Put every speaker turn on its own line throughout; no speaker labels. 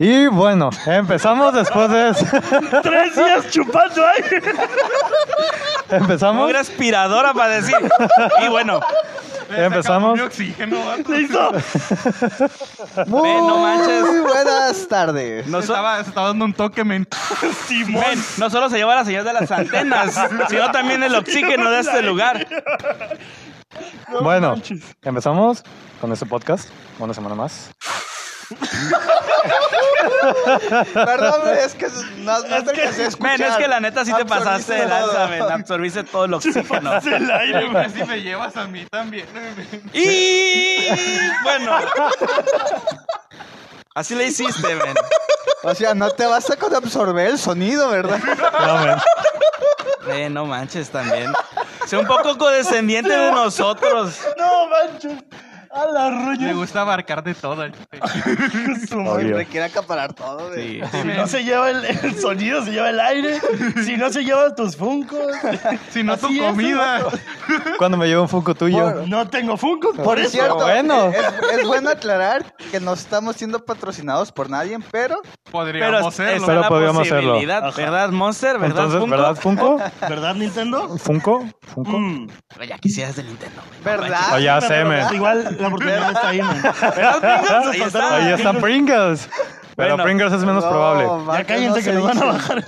Y bueno, empezamos después de eso.
Tres días chupando aire.
empezamos,
Una aspiradora para decir. Y bueno,
empezamos.
Mi oxígeno, vato.
Se hizo.
Muy
Ven, no manches.
buenas tardes.
Se
nosotros.
estaba, se estaba dando un toque, men.
Simón.
Ven, no solo se lleva la señal de las antenas, sino también el oxígeno de este lugar.
Bueno, empezamos con este podcast. Una semana más.
Perdón, es que no, no terminé de escuchar.
Ven, es que la neta sí te
Absorbiste
pasaste de lanza,
todo.
ven. Absorbiste todo el oxígeno.
Pasa el aire, güey.
Pero si me llevas a mí también. men.
Y bueno. Así le hiciste, ven.
O sea, no te basta con absorber el sonido, ¿verdad?
No, men.
Ven, no manches también. Sé un poco condescendiente de nosotros.
No manches. A la roña.
Le gusta abarcar de todo. al chute.
Su madre.
Obvio.
Siempre quiere acaparar todo, güey.
Sí.
Si no se lleva el, el sonido, se lleva el aire. Si no se lleva tus funcos.
Si no
Así
tu
es,
comida.
Cuando me llegó un foco tuyo.
Por-
No tengo funcos, por
Es
eso.
cierto,
bueno.
es, es bueno aclarar que no estamos siendo patrocinados por nadie, pero
Pero
Podríamos
es
serlo.
Pero
la
podríamos hacerlo.
posibilidad,
Ajá.
¿verdad, Monster? ¿Verdad,
Entonces,
Funko?
¿verdad, Funko?
¿Verdad, Nintendo?
¿Funko? ¿Funko?
Mm.
Pero Ya quisieras del Nintendo. güey.
¿verdad?
Ah,
Oh, ya
Pero,
sé,
pero,
men.
pues, Igual la oportunidad está ahí, man.
¿Verdad, Pringles? Ahí está.
Ahí está Pringles. Pero
Bueno.
Pringles es menos
No,
probable.
va,
Ya cállense
no
que
se
nos van a
dice.
bajar.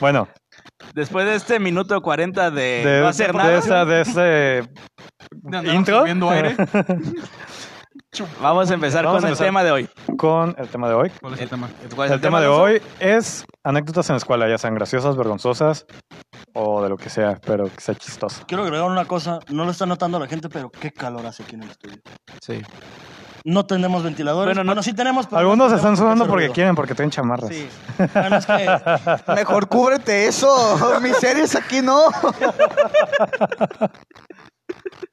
Bueno,
Después de este minuto 40 de,
de,
Eh,
este
no hacer
de
nada,
esa- de este ese
De andar
intro,
absorbiendo aire.
vamos a empezar
Vamos
con
a
el
empezar.
tema de hoy.
con el tema de hoy.
¿Cuál es el tema?
¿Cuál es
El, tema de
Alonso?
hoy es anécdotas en la escuela, ya sean graciosas, vergonzosas o de lo que sea, pero que sea chistoso.
Quiero agregar una cosa. No lo está notando la gente, pero qué calor hace aquí en el estudio.
Sí.
No tenemos ventiladores.
Bueno,
Bueno,
no-
sí tenemos. pero
Algunos
no
están
tenemos
sudando
hacer
porque
ruido.
quieren, porque tienen chamarras.
Sí. Bueno, es que
Mejor cúbrete eso. Mis series aquí no.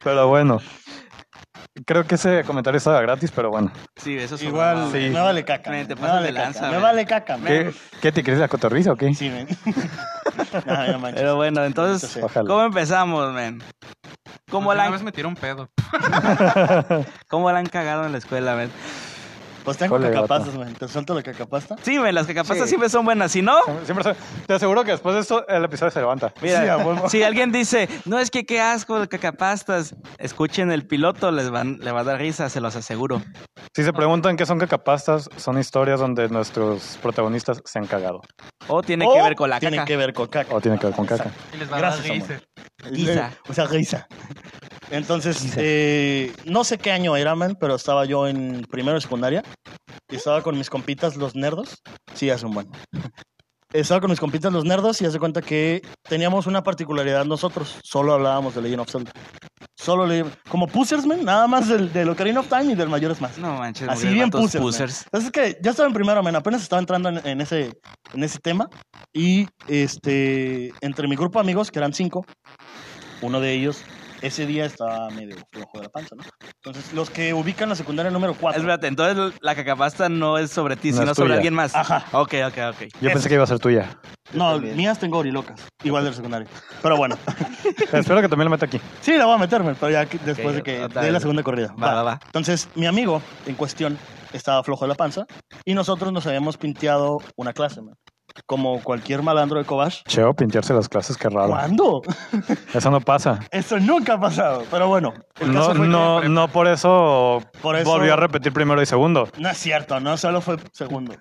Pero bueno, creo que ese comentario estaba gratis, pero bueno.
Sí, eso es
igual
Sí.
me vale caca.
Men, te
me
pasas
vale
de lanza,
caca. Me
men.
vale caca. men.
¿Qué, qué te crees la cotorriza o qué?
Sí, men. no, no manches.
Pero bueno, entonces,
Entonces,
ojalá.
¿cómo empezamos, men? ¿Cómo la,
Una
han-
vez me tiró un pedo.
¿Cómo la han cagado en la escuela, men?
Pues tengo
Ole,
cacapastas, men. ¿Te suelto la cacapasta?
Sí, men, las cacapastas
Sí.
siempre son buenas. Si no,
Siempre se- te aseguro que después de esto el episodio se levanta.
Sí, ah. a
mira,
huevo.
si alguien dice, no es que qué asco el cacapastas, escuchen el piloto, les van, le va a dar risa, se los aseguro.
Si se preguntan qué son cacapastas, son historias donde nuestros protagonistas se han cagado.
O tiene
O
que ver con la
Tiene
caca.
que ver con caca.
O tiene que ver con caca.
Y les va
Gracias,
a dar geyser.
Guisa.
Eh, O sea, risa. Entonces, eh, no sé qué año era, man, pero estaba yo en primero de secundaria y estaba con mis compitas los nerdos. Sí, hace un buen. Estaba con mis compitas los nerdos y hace cuenta que teníamos una particularidad nosotros. Solo hablábamos de Legend of Zelda. Solo le como pusers, man, nada más del, del Ocarina of Time y del Mayor Smash.
No manches,
Así
mujer,
bien
vatos
pusers. man.
pusers.
Entonces es que ya estaba en primero, men, apenas estaba entrando en, en ese, en ese tema. Y este, entre mi grupo de amigos, que eran cinco, uno de ellos ese día estaba medio flojo de la panza, ¿no? Entonces, los que ubican la secundaria número cuatro.
Espérate, entonces la cacapasta no es sobre ti,
No
sino
es
sobre
tuya.
alguien más.
Ajá.
Ok, ok, ok.
Yo pensé que iba a ser tuya.
No,
también.
mías tengo orilocas, igual de la secundaria. Pero bueno,
Espero que también lo meta aquí.
sí, la voy a meterme, pero ya que- después
Ok,
de que
otra
dé la
vez.
segunda corrida.
Va,
Va.
va, va.
Entonces, mi amigo en cuestión estaba flojo de la panza y nosotros nos habíamos pinteado una clase, man. Como cualquier malandro de Cobach,
Cheo, pintarse las clases, qué raro.
¿Cuándo?
Eso no pasa.
Eso nunca ha pasado. Pero bueno, el caso
No,
fue que-
no, no por eso,
Por eso-
volvió a repetir primero y segundo.
No es cierto, no solo fue segundo.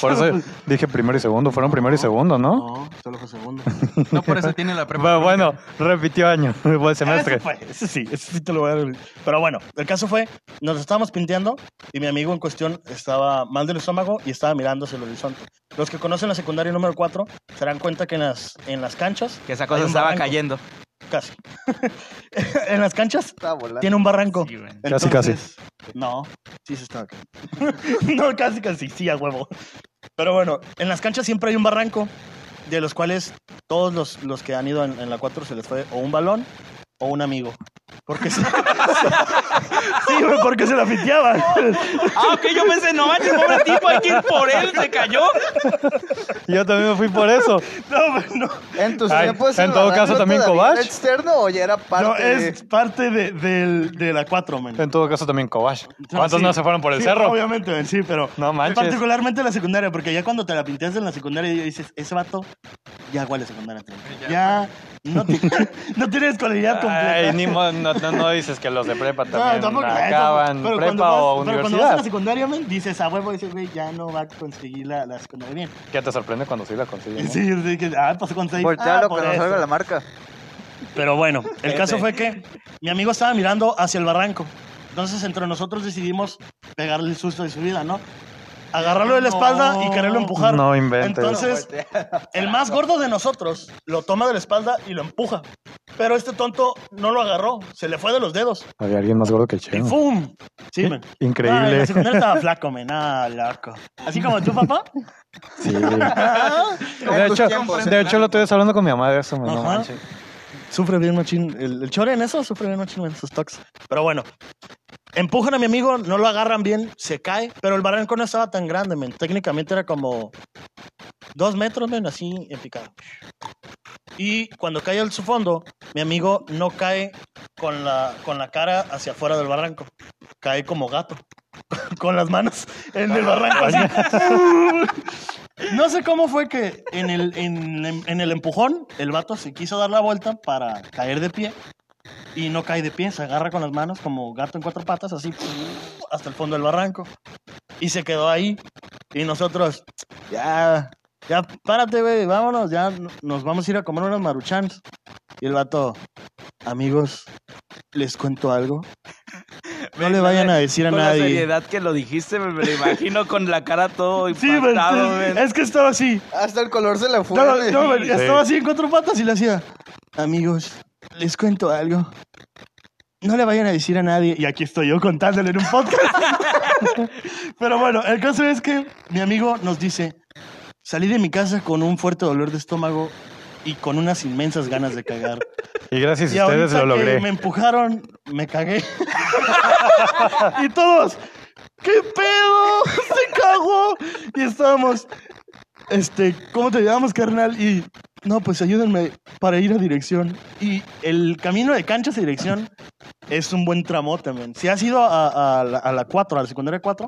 Por eso dije primero y segundo, fueron primero y segundo, ¿no?
No, solo fue segundo.
No por eso tiene la prepa.
Pero bueno, repitió año, buen semestre.
Eso fue, eso sí, eso sí te lo voy a dar. Pero bueno, el caso fue, nos estábamos pinteando y mi amigo en cuestión estaba mal del estómago y estaba mirando hacia el horizonte. Los que conocen la secundaria número 4 se darán cuenta que en las, en las canchas,
Que esa
Hay
cosa
un
estaba
barranco.
cayendo.
casi, en las canchas
Está volando.
tiene un barranco.
Sí, güey.
Casi, casi.
casi. No, sí se estaba cayendo. no, casi, casi, sí, a huevo. Pero bueno, en las canchas siempre hay un barranco, de los cuales todos los, los que han ido en, en la 4 se les fue o un balón o un amigo. Porque se... sí, güey, porque se la fiteaban.
Ah, ok, yo pensé, no manches, pobre tipo, hay que ir por él, se cayó.
Yo también me fui por eso.
No, güey, no.
En tus
Ay,
tiempos.
en
el
todo
Badán
caso,
no
también
todavía
Kovács.
era externo o ya era parte?
No,
de-
es parte de, del- de la 4, men.
En todo caso, también Kovash. ¿Cuántos
Sí.
no se fueron por el
Sí,
cerro?
Obviamente, men, sí, pero.
No manches.
Particularmente la secundaria, porque ya cuando te la pinteas en la secundaria y dices, ese vato, ya huele a secundaria. tío.
Ya.
Ya, no, ti- no tienes cualidad completa.
Ay, ni modo, no, no- no dices que los de prepa
No,
también
tampoco, eh,
acaban
tampoco. Pero
prepa
cuando
o
vas- Pero cuando vas a la
universidad.
secundaria, men, dices, a huevo, dices, güey, ya no va a conseguir la, la secundaria bien.
¿Qué te sorprende cuando sí la consigues? no?
Sí, sí, que, ah, pasó con seis.
Voltealo
Ah, por
que no
eso.
salga la marca.
Pero bueno, el caso fue que mi amigo estaba mirando hacia el barranco. Entonces, entre nosotros decidimos pegarle el susto de su vida, ¿no? Agarrarlo de la espalda y quererlo empujar.
No inventes.
Entonces, el más gordo de nosotros lo toma de la espalda y lo empuja. Pero este tonto no lo agarró, se le fue de los dedos.
Había alguien más gordo que
Y
Chema.
¡fum! Sí, men. Ah, en
Increíble.
la secundaria estaba flaco, men. Ah, loco. Así como tú, papá.
Sí. De
En tus
hecho,
tiempos,
de hecho, lo estoy hablando con mi mamá de eso. No
¿eh? Ajá.
manches.
Sufre bien machín. El, el chore en eso sufre bien machín en sus toques. Pero bueno, empujan a mi amigo, no lo agarran bien, se cae. Pero el barranco no estaba tan grande, men. Técnicamente era como dos metros, men, así en picado. Y cuando cae al su fondo, mi amigo no cae con la, con la cara hacia afuera del barranco. Cae como gato. con las manos en el barranco. así. no sé cómo fue que en el, en, en el empujón el vato se quiso dar la vuelta para caer de pie. Y no cae de pie, se agarra con las manos como gato en cuatro patas, así hasta el fondo del barranco. Y se quedó ahí. Y nosotros, ya, ya, párate, güey, vámonos, ya n- nos vamos a ir a comer unas maruchans. Y el vato, amigos, les cuento algo. No le vayan a decir a
Con la
nadie.
seriedad que lo dijiste, me, me lo imagino con la cara todo
Sí, men,
impactado,
es-
men.
es que estaba así.
Hasta el color se le fue.
No, no, men,
Sí.
estaba así en cuatro patas y le hacía. Amigos, les cuento algo. No le vayan a decir a nadie. Y aquí estoy yo contándole en un podcast. Pero bueno, el caso es que mi amigo nos dice: Salí de mi casa con un fuerte dolor de estómago y con unas inmensas ganas de cagar.
Y gracias
Y
a ustedes
ahorita
lo logré.
que me empujaron, me cagué. y todos, ¿qué pedo? Se cagó. Y estábamos, este, ¿cómo te llamamos, carnal? Y, no, pues ayúdenme para ir a dirección. Y el camino de canchas a dirección es un buen tramote, men. Si has ido a, a la- a la 4, a la secundaria 4,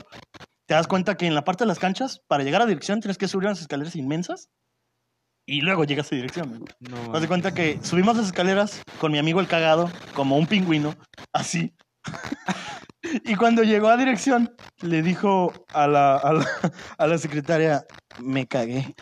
te das cuenta que en la parte de las canchas, para llegar a dirección, tienes que subir unas escaleras inmensas. Y luego llegas a dirección. men.
No,
Haz de cuenta que subimos las escaleras con mi amigo el cagado, como un pingüino, así. y cuando llegó a dirección, le dijo a la, a la, a la secretaria, me cagué.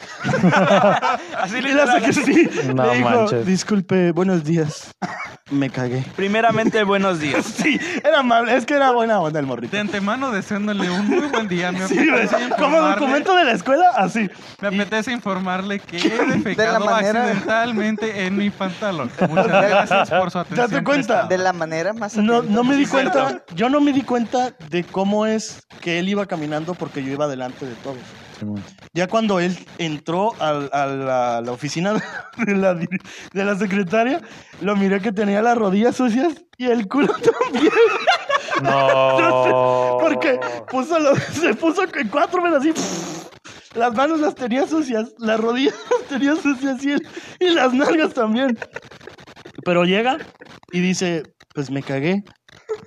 Así
Y la
literal,
saqué sí.
No
le dijo,
manches.
disculpe, buenos días. Me cagué.
Primeramente, buenos días.
Sí, era amable, es que era buena onda el morrito.
De antemano deseándole un muy buen día. Me
Sí, güey,
apetece
como
informarle-
documento de la escuela, así.
Me apetece informarle que he defecado
manera-
accidentalmente en mi pantalón. Muchas gracias por su atención.
Date cuenta.
De la manera más.
No,
atenta.
no me di
Sí, cierto.
cuenta, yo no me di cuenta de cómo es que él iba caminando porque yo iba delante de todos. Ya cuando él entró al- a, la, la oficina de la, di- de la secretaria, lo miré que tenía las rodillas sucias y el culo también.
No.
Porque
Oh.
puso lo- se puso en cuatro menos así. Las manos las tenía sucias, las rodillas las tenía sucias y, el- y las nalgas también. Pero llega y dice, pues me cagué.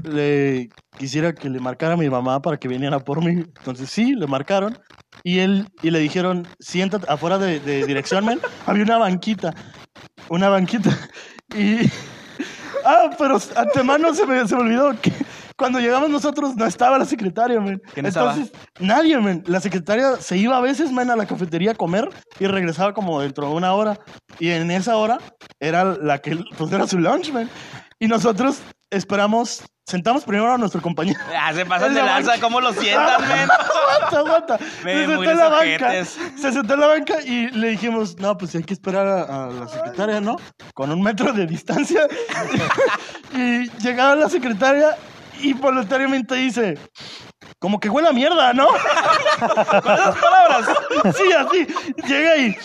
Le quisiera que le marcara a mi mamá para que viniera por mí. Entonces sí, le marcaron. Y él y le dijeron, siéntate afuera de, de dirección, men. Había una banquita. Una banquita. Y... Ah, pero antemano se me, se me olvidó que cuando llegamos nosotros no estaba la secretaria, men.
¿Quién estaba?
Entonces, nadie, men. La secretaria se iba a veces, men, a la cafetería a comer y regresaba como dentro de una hora. Y en esa hora era la que, pues era su lunch, men. Y nosotros esperamos, sentamos primero a nuestro compañero.
Ah, se pasan
Es
de
la
lanza,
banca.
¿cómo lo sientan, men?
aguanta, aguanta.
Me
se sentó
mueres
en la banca.
ojetes.
Se sentó en la banca y le dijimos, no, pues hay que esperar a, a la secretaria, ¿no? Con un metro de distancia. y llegaba la secretaria y voluntariamente dice, como que huele a mierda, ¿no?
Con esas palabras.
sí, así. Llega y,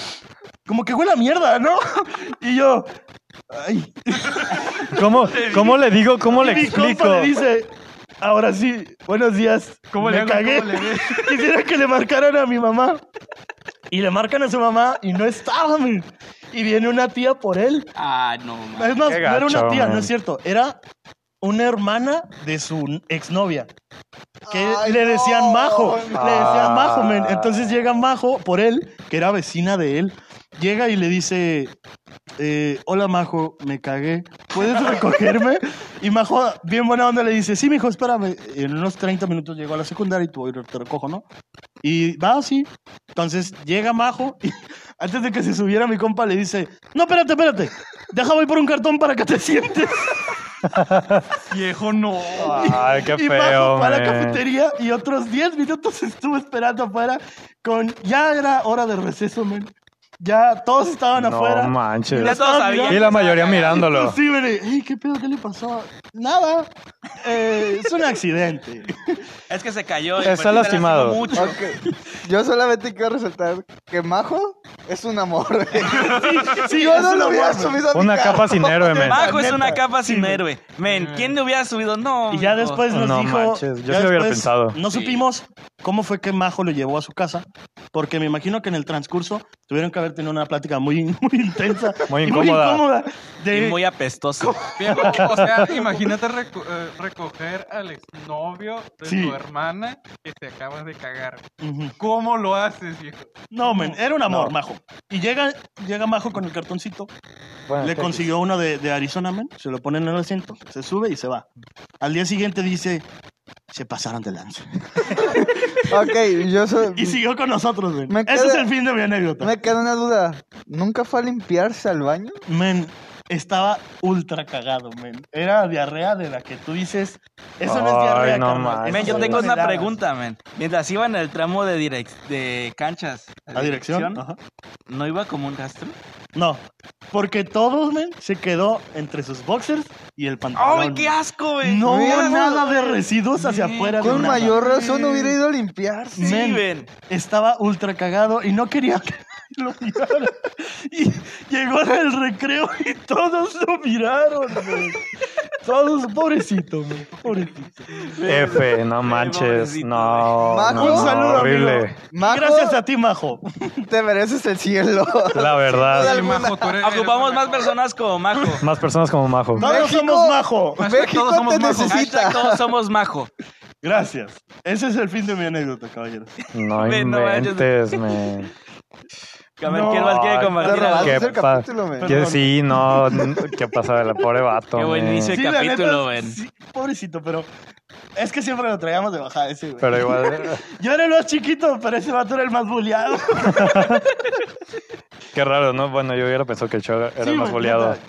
como que huele a mierda, ¿no? y yo, Ay.
¿Cómo, ¿Cómo le digo? ¿Cómo le
Mi
explico?
compa le dice, ahora sí, buenos días.
¿Cómo
me
le hago?
cagué.
¿Cómo le ve?
Quisiera que le marcaran a mi mamá. Y le marcan a su mamá y no estaba, men. Y viene una tía por él.
Ah, no, man.
Es más,
Qué
no era una
gacho,
tía, no
man.
es cierto. Era una hermana de su exnovia. Que
Ay,
le decían
no.
Majo. Le decían Majo, men.
Ah.
Entonces llega Majo por él, que era vecina de él. Llega y le dice, eh, hola Majo, me cagué. ¿Puedes recogerme? y Majo, bien buena onda, le dice, sí, mijo, espérame. En unos 30 minutos llego a la secundaria y tú hoy te recojo, ¿no? Y va así. Entonces llega Majo y antes de que se subiera mi compa le dice, no, espérate, espérate. Deja voy por un cartón para que te sientes.
Viejo, no.
Ay, qué
y Majo
feo,
fue a la
man.
cafetería y otros 10 minutos estuvo esperando afuera con... Ya era hora de receso, men. Ya todos estaban afuera.
No manches.
Ya todos sabían.
Y la mayoría mirándolo.
Sí, men, "Ey, ¿qué pedo? ¿Qué le pasó? Nada. Eh, es un accidente.
Es que se cayó. y
Está
pues, sí te
lastimado.
lastimó mucho.
Ok. Yo solamente quiero resaltar que Majo es un amor.
Sí,
Yo
es
no
un
lo hubiera
amor, men.
subido a mi
Una
carro.
capa sin héroe, men.
Bajo es
neta.
una capa sin
Sí, güey.
héroe. Men, ¿quién le hubiera subido? No.
Y ya
mijo.
después nos
No
dijo.
manches, yo
ya
sí lo hubiera
después
pensado.
No
Sí.
supimos cómo fue que Majo lo llevó a su casa, porque me imagino que en el transcurso tuvieron que haber tenido una plática muy, muy intensa.
Muy
y
incómoda.
incómoda de-
Y muy apestoso.
Viejo, o sea, imagínate reco- eh, recoger al exnovio de
Sí.
tu hermana que te acabas de cagar.
Ujú.
¿Cómo lo haces, viejo?
No, men, era un amor,
No.
Majo. Y llega, llega Majo con el cartoncito,
Bueno,
le consiguió uno de, de Arizona, men, se lo pone en el asiento, se sube y se va. Al día siguiente dice. Se pasaron de lanza.
Ok, yo soy.
Y siguió con nosotros, men.
Me
Ese es
queda-
el fin de mi anécdota.
Me queda una duda. ¿Nunca fue a limpiarse al baño?
Men, estaba ultra cagado, men. Era diarrea de la que tú dices. Eso no es
Ay,
diarrea,
no
carnal,
mames.
eso
Men, yo
son
tengo una
toneladas".
pregunta, men. Mientras iba en el tramo de, direc- de canchas.
¿A dirección? Ah. Ajá.
¿No iba como un rastro?
No, porque todos, men, se quedó entre sus boxers y el pantalón.
¡Ay, qué asco, güey!
No hubo
Mira,
nada de residuos hacia
Sí,
afuera. de
Con
nada.
mayor razón hubiera ido a limpiarse.
Sí,
men.
men.
Estaba ultra cagado y no quería que lo mirara. Y llegó el recreo y todos lo miraron, men. Todos, pobrecito, men. Pobrecito.
F, no manches.
pobrecito,
No.
güey. Majo,
no,
un
saludo,
Horrible.
amigo.
Majo,
Gracias a ti, Majo.
te mereces el cielo.
La verdad.
Alguna-
Majo, tú eres-
Ah, Ocupamos
eres
más
una-
personas como Majo.
Más personas como Majo.
Todos
México.
somos Majo.
Hashtag
México
todos somos
te
majos.
necesita.
Hashtag todos somos Majo.
Gracias. Ese es el fin de mi anécdota, caballeros.
Este
No
Ven, no manches.
inventes, man.
A ver,
No,
¿quién más quiere
te
Te
compartir? algo?
robaste
Qué
el
pa-
capítulo, men.
Que sí, no. ¿Qué pasa de la pobre vato?
Qué buen
men.
inicio. Qué capítulo, ven.
sí, pobrecito, pero es que siempre lo traíamos de bajada ese, güey.
Pero igual,
Yo era el más chiquito, pero ese vato era el más bulleado.
qué raro, ¿no? Bueno, yo hubiera pensado que el show era
Sí,
el más
güey,
boleado.
neta.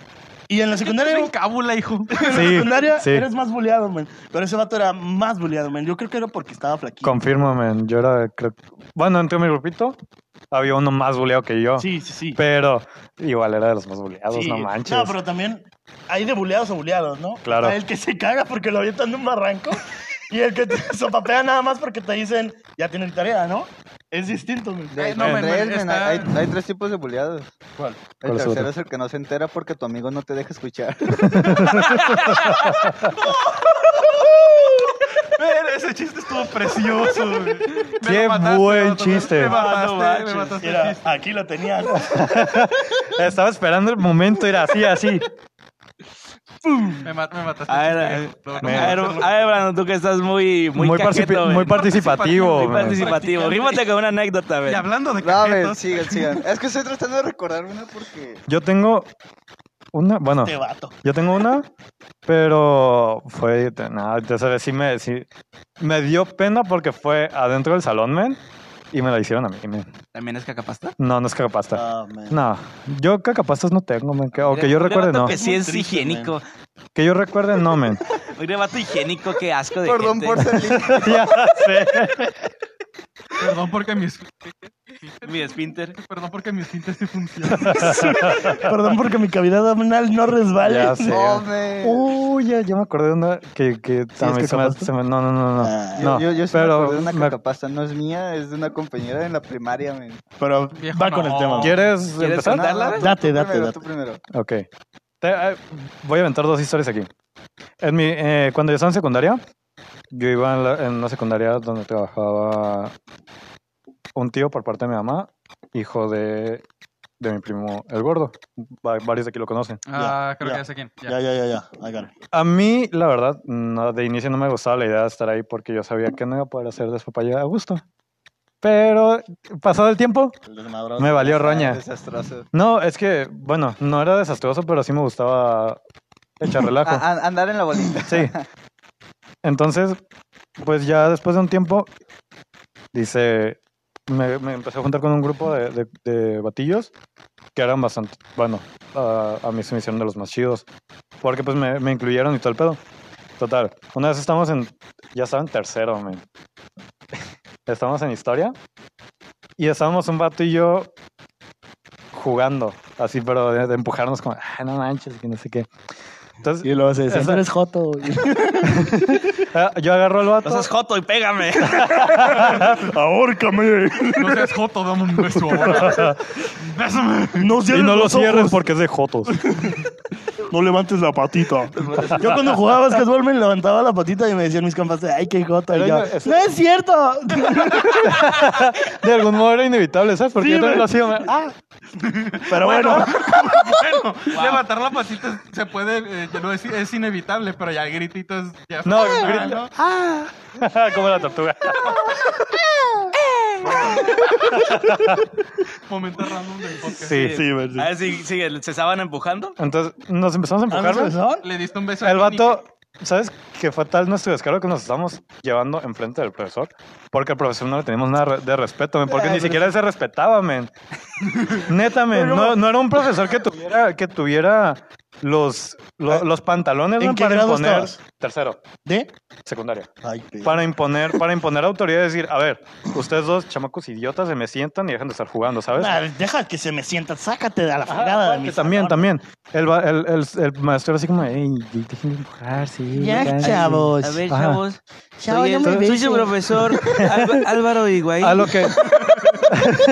Y en la secundaria,
En cábula, hijo.
en la
Sí,
secundaria
sí.
eres más bulleado, man. Pero ese vato era más bulleado, man. Yo creo que era porque estaba flaquito.
Confirmo, man. Yo era, creo... Bueno, entre mi grupito había uno más boleado que yo.
Sí, sí, sí.
Pero igual era de los más boleados,
Sí.
no manches.
No, pero también hay de buleados a buleados, ¿no?
Claro.
Está el que se caga porque lo avientan de un barranco y el que te sopapea nada más porque te dicen, ya tienes tarea, ¿no? Es distinto, güey.
De-
Ay, no,
de
men,
tres,
men,
men,
está-
hay, hay- hay tres tipos de buleados.
¿Cuál?
El
¿Cuál es
tercero
otro?
es el que no se entera porque tu amigo no te deja escuchar.
Pero ese chiste estuvo precioso. güey. Me
Qué
lo mataste,
buen
vato,
chiste.
Me
Ah,
mataste,
no
me
manches.
mataste el
Mira,
chiste.
aquí lo tenía. este
Estaba esperando el momento, era así, así.
Me, ma- me mataste.
A
Ah,
el
ver, a
chiste.
eh,
ver,
No, no,
a ver,
no, no, no.
a ver, Brandon, tú que estás muy, muy,
Muy, partici-
cajeto, ven.
muy participativo.
Muy
men.
Muy participativo.
Practicante.
Rímate con una anécdota,
Y
ven.
hablando de
No, a ver,
cajetos,
sigan, sigan. Es que estoy tratando de recordar una porque.
Yo tengo una, bueno,
Te vato.
yo tengo una, pero fue, te- nada, te sabes, sí me, sí, me dio pena porque fue adentro del salón, men, y me la hicieron a mí, men.
¿También es cacapasta?
No, no es cacapasta.
Ah, man.
No, yo cacapastas no tengo, men, que, o que yo
Un
recuerde,
vato
no.
que sí
Muy
es
triste,
higiénico.
Que yo recuerde, no, men.
Un vato higiénico, qué asco de
Perdón
gente.
por ser libre.
Ya sé.
perdón porque mis.
Mi esfínter.
Perdón porque mis tintes sí funcionan.
Ah, Perdón porque mi cavidad abdominal no resbala.
Ya sé.
No, men.
Uy, ya, ya me acordé de una que, que también se me,
cacapasta?
se me- No, no, no, no.
Ah,
Uh, No,
yo, yo, yo sí me
pero
acordé de una
me-
cacapasta, no es mía, es de una compañera en la primaria, men.
Pero
Viejo,
va con el
no.
tema.
¿Quieres
¿Quieres
empezar?
contarla?
No, no,
ven?
tú
Date, date,
primero,
date.
tú primero.
Ok. Te- eh, voy a aventar dos historias aquí. En mi, eh, cuando yo estaba en secundaria, yo iba en, la- en una secundaria donde trabajaba un tío por parte de mi mamá, hijo de, de mi primo el gordo. Va- varios de aquí lo conocen.
Ah, creo
ya.
que ya sé quién. Ya.
Ya, ya, ya, ya. I got it.
A mí, la verdad, no, de inicio no me gustaba la idea de estar ahí porque yo sabía que no iba a poder hacer despapalle a gusto. Pero pasado el tiempo,
El desmadroso.
me valió roña.
Desastroso.
No, es que, bueno, no era desastroso, pero sí me gustaba echar relajo.
A- a- andar en la bolita.
Sí. Entonces, pues ya después de un tiempo, dice, me, me empecé a juntar con un grupo de, de- de batillos que eran bastante, bueno, a, a mí se me hicieron de los más chidos, porque pues me, me incluyeron y todo el pedo. Total, una vez estamos en, ya saben, tercero, men. Estamos en historia y estábamos un vato y yo jugando, así, pero de, de empujarnos como, ah, no manches, que no sé qué. Entonces,
Y luego se
decía,
dice,
"Tú eres
eres joto.
Ah, Yo agarro al
No
vato.
seas joto y pégame.
¡Ahórcame!
No seas joto, dame un beso ahora. Bésame.
No
Y
cierres
no lo
los ojos.
cierres porque es de Jotos.
No levantes la patita. Yo cuando jugaba básquetbol me levantaba la patita y me decían mis compas, ay, qué jota.
Pero
Y yo,
no, es-
no es cierto.
De algún modo era inevitable, ¿sabes? Porque
Sí,
yo también
güey.
lo hacía. me- Ah,
Pero bueno,
Bueno, levantar la patita se puede, eh, no es, es inevitable, pero ya grititos. Ya
No,
Ah,
grito.
¿no?
como la tortuga.
Momento random del podcast.
Sí.
sí, Ah, güey, sí.
A ver si sigue, se estaban empujando.
Entonces nos empezamos a empujar. güey.
Le diste un beso
El
a Kenny.
vato, ¿sabes qué fue tal nuestro descaro que nos estábamos llevando enfrente del profesor? Porque al profesor no le teníamos nada re- de respeto, men, porque
Ah,
ni
pero-
siquiera se respetaba, men. Neta, men, no, no era un profesor que tuviera, que tuviera los, lo- los pantalones
Ah, ¿En
men,
qué
para
grado
imponer.
estabas?
Tercero,
¿De?
secundaria.
Ay, pe-
para imponer, para imponer autoridad y decir, a ver, ustedes dos chamacos idiotas se me sientan y dejan de estar jugando, ¿sabes?
Nah, deja que se me sienta, sácate de la
Ajá,
fregada de
aparte,
mi
también,
salón.
también. El, va- el, el, el maestro era así como, ey, dejen de empujar, sí.
Ya,
cállense".
chavos.
A ver,
Ajá.
chavos.
Chavos,
Soy,
no
el-
me
soy su
besen.
profesor Alba- Álvaro Higuaín.
A lo que,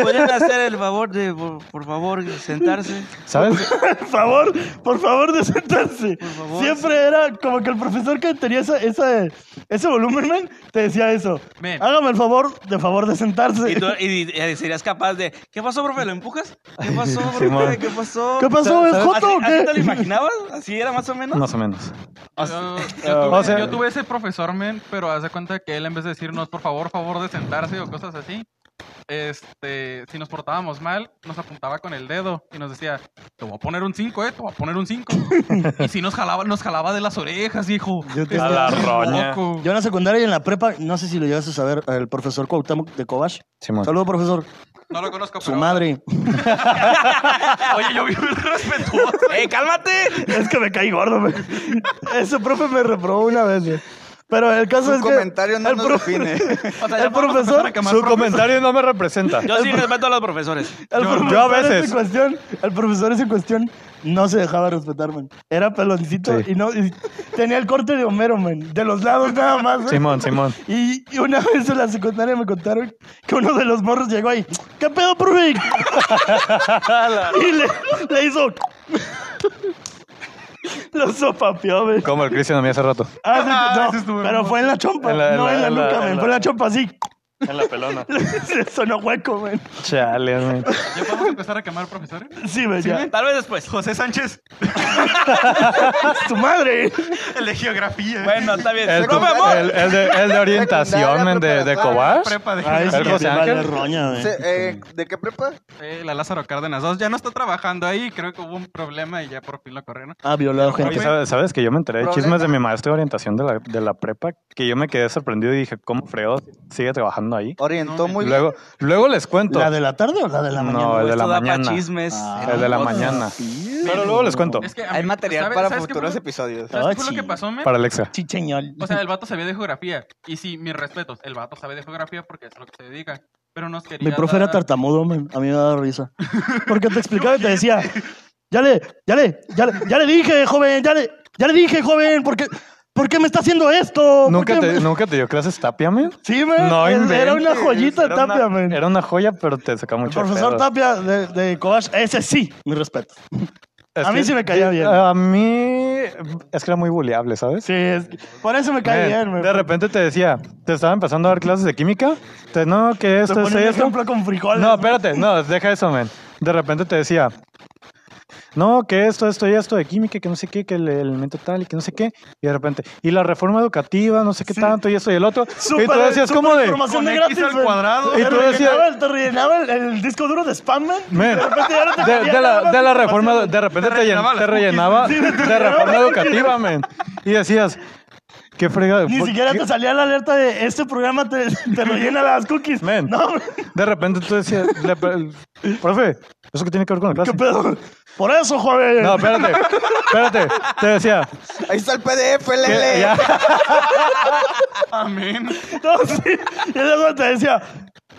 ¿Podrían hacer el favor de, por, por favor, sentarse?
¿sabes?
Por favor, por favor, de sentarse.
Por favor.
Siempre era como que el profesor que tenía esa, esa- ese volumen, men, te decía eso.
Men.
Hágame el favor, de favor, de sentarse.
Y, tú- y- y serías capaz de, ¿qué pasó, profe? ¿Lo empujas? ¿Qué pasó,
Simón.
profe? ¿Qué pasó?
¿Qué pasó? ¿Es
¿Así,
joto o
así te lo
qué?
imaginabas? ¿Así era más o menos?
Más o menos.
Ah,
Yo, yo tuve,
o sea-
yo tuve ese profesor, men, pero haz de cuenta que él en vez de decirnos, por favor, favor de sentarse o cosas así, este, si nos portábamos mal, nos apuntaba con el dedo y nos decía, te voy a poner un 5, eh, te voy a poner un 5. y si nos jalaba, nos jalaba de las orejas, hijo.
Yo te-
A la roña.
Loco.
Yo en la secundaria y en la prepa, no sé si lo llegas a saber, el profesor Cuauhtémoc de Cobach.
Simón.
Saludo, profesor.
No lo conozco,
Su
pero-
madre.
Oye, yo vivo el respetuoso.
¡Eh, cálmate!
es que me caí gordo, güey. Ese profe me reprobó una vez, güey. Pero el caso
Su
es que...
comentario no
el
nos
profe-
define.
O sea,
El
ya vamos a empezar
profesor,
a quemar
Su
profes-
comentario no me representa.
Yo sí respeto a los profesores.
El
Yo-
profesor
yo a
ese
veces.
en cuestión, el profesor ese en cuestión no se dejaba respetar, man. Era peloncito
Sí.
y no y tenía el corte de Homero, man. De los lados nada más. güey.
Simón, Simón.
Y, y una vez en la secundaria me contaron que uno de los morros llegó ahí. ¿Qué pedo, profe? y le, le hizo. Lo sopapeó, güey.
Como el Cristian a mí hace rato.
Ah, sí,
Ah,
no,
ese estuvo
pero
hermoso.
fue en la chompa,
En la- en
no
la-
en la,
en la-
nuca,
en
man.
la-
Fue en la chompa así.
En la pelona.
Le sonó hueco, man.
Chale, men.
¿Ya podemos empezar a quemar profesores?
Sí, güey, ya.
Tal vez después.
José Sánchez,
¡Tu Ah, madre!
el de geografía.
Bueno, está bien.
El,
¡Profe, amor!
el, el de, el de orientación, men, de, de Cobach.
Prepa de
Ay,
geografía.
sí,
¿El José
me vale
Ángel?
roña, güey.
Se- eh, ¿De qué prepa?
Eh, la Lázaro Cárdenas 2 ya no está trabajando ahí, creo que hubo un problema y ya por fin lo corrieron.
Ah, violado
Oye,
gente.
¿sabes, sabes que yo me enteré de
Problema.
chismes de mi maestro de orientación de la, de la prepa que yo me quedé sorprendido y dije, ¿cómo Fredo sigue trabajando ahí?
Orientó muy bien.
Luego, luego les cuento.
¿La de la tarde o la de la mañana?
no, el de la
Esto da Pues pa'
mañana.
chismes.
Ah.
El de la
hermosos.
mañana. Pero luego les cuento.
Es que a
Hay
mí-
material
¿sabe-
para
sabes qué
futuros
fue lo-
episodios.
¿Sabes qué fue
Ah,
lo
sí.
que pasó, men?
Para Alexa.
Sí, señor.
O sea, el vato sabía de geografía. Y sí, mis respetos, el vato sabe de geografía porque es a lo que se dedica. Pero nos quería.
Mi profe era
dar-
tartamudo, man. A mí me daba risa. Porque te explicaba y te decía, ya le, ya le, ya le, ya le dije, joven, ya le, ya le dije, joven, ¿por qué, por qué me está haciendo esto? ¿Por
¿Nunca
qué
te,
me-"
¿Nunca te dio clases Tapia, men?
Sí, man.
No
pues, eh, era una
inventes,
joyita
era
Tapia,
una,
man.
Era una joya, pero te sacaba
El
mucho de
profesor
pedo.
Tapia de, de Cobach, ese sí, mi respeto.
Es
A mí
que- eh,
sí me caía bien.
A mí es que era muy buleable, ¿sabes?
Sí, es que- por eso me cae
Men,
bien, güey.
De repente te decía, te estaba empezando a dar clases de química. Te, no, que
Te
esto es
ponía un
esto.
ejemplo con frijoles.
No,
güey.
espérate, no, deja eso, men. De repente te decía, no, que esto, esto y esto de química, que no sé qué, que el elemento tal y que no sé qué. Y de repente, y la reforma educativa, no sé qué
Sí.
tanto y esto y el otro.
Súper-
y tú decías,
súper
¿cómo de?
información de
con X
gratis,
al
güey.
cuadrado.
Y
Te
tú decías-
rellenaba el- Te rellenaba el, el disco duro de spam, man.
Men,
De repente ya no te
de,
cabía
de la,
nada
de la
más
reforma,
información.
de repente
Te
te, llen-
rellenaba las
te
cookies,
rellenaba
sí, te
de
rellenaba
reforma
las
educativa, men. Y decías, qué fregado.
Ni
¿por
siquiera
qué?
te salía la alerta de este programa te, te rellena las cookies.
Men.
No, men,
De repente tú decías, le pre- profe, ¿eso qué tiene que ver con la clase?
qué pedo. Por eso, joven.
No, espérate, espérate. Te decía,
Ahí está el PDF, lele.
ya.
Amén.
No, sí. Y el otro te decía,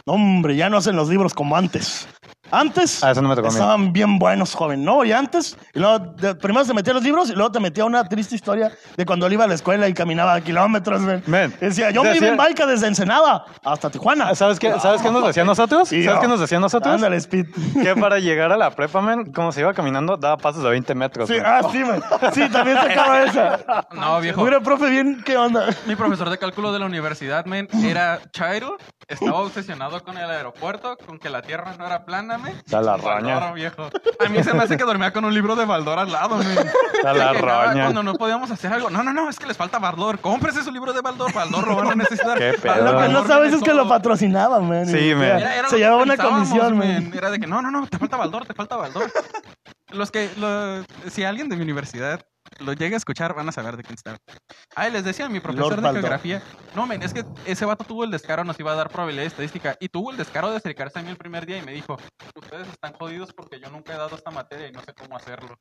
no, hombre, ya no hacen los libros como antes. Antes
Ah, eso no me tocó a mí.
estaban bien buenos, joven. No, y antes, y luego de- primero se metía los libros y luego te metía una triste historia de cuando él iba a la escuela y caminaba kilómetros. men.
Men,
Y decía, yo me iba
decía-
en bike desde Ensenada hasta Tijuana.
¿Sabes qué, ¿sabes qué nos decían nosotros?
Sí,
¿Sabes
no.
qué nos decían nosotros?
Ándale, Speed.
Que para llegar a la prepa, men, como se iba caminando, daba pasos de 20 metros.
Sí,
men.
ah, sí, men. Sí, también sacaba esa.
No, viejo.
Mira, profe, bien, ¿qué onda?
Mi profesor de cálculo de la universidad, men, era Chairo. Estaba obsesionado con el aeropuerto, con que la tierra no era plana, men.
Da la
Baldora,
roña.
viejo. A mí se me hace que dormía con un libro de Baldor al lado, men.
Da la
Se quejaba
roña.
Cuando no podíamos hacer algo. No, no, no, es que les falta Baldor. Cómprese su libro de Baldor. Baldor lo van a necesitar.
Qué pedo.
Baldor
Lo que Ah, no
viene
sabes es que
solo.
lo patrocinaban, man.
Sí,
Y,
men.
mira,
Era- era
Se
lo que
llevaba una
pensábamos,
comisión, man.
men. Era de que, no, no, no, te falta Baldor, te falta Baldor. Los que, lo- si alguien de mi universidad lo llega a escuchar, van a saber de quién está. Ah, y les decía a mi profesor
Lord
de
Baldor.
geografía, no, men, es que ese vato tuvo el descaro, nos iba a dar probabilidad estadística, y tuvo el descaro de acercarse a mí el primer día y me dijo, ustedes están jodidos porque yo nunca he dado esta materia y no sé cómo hacerlo.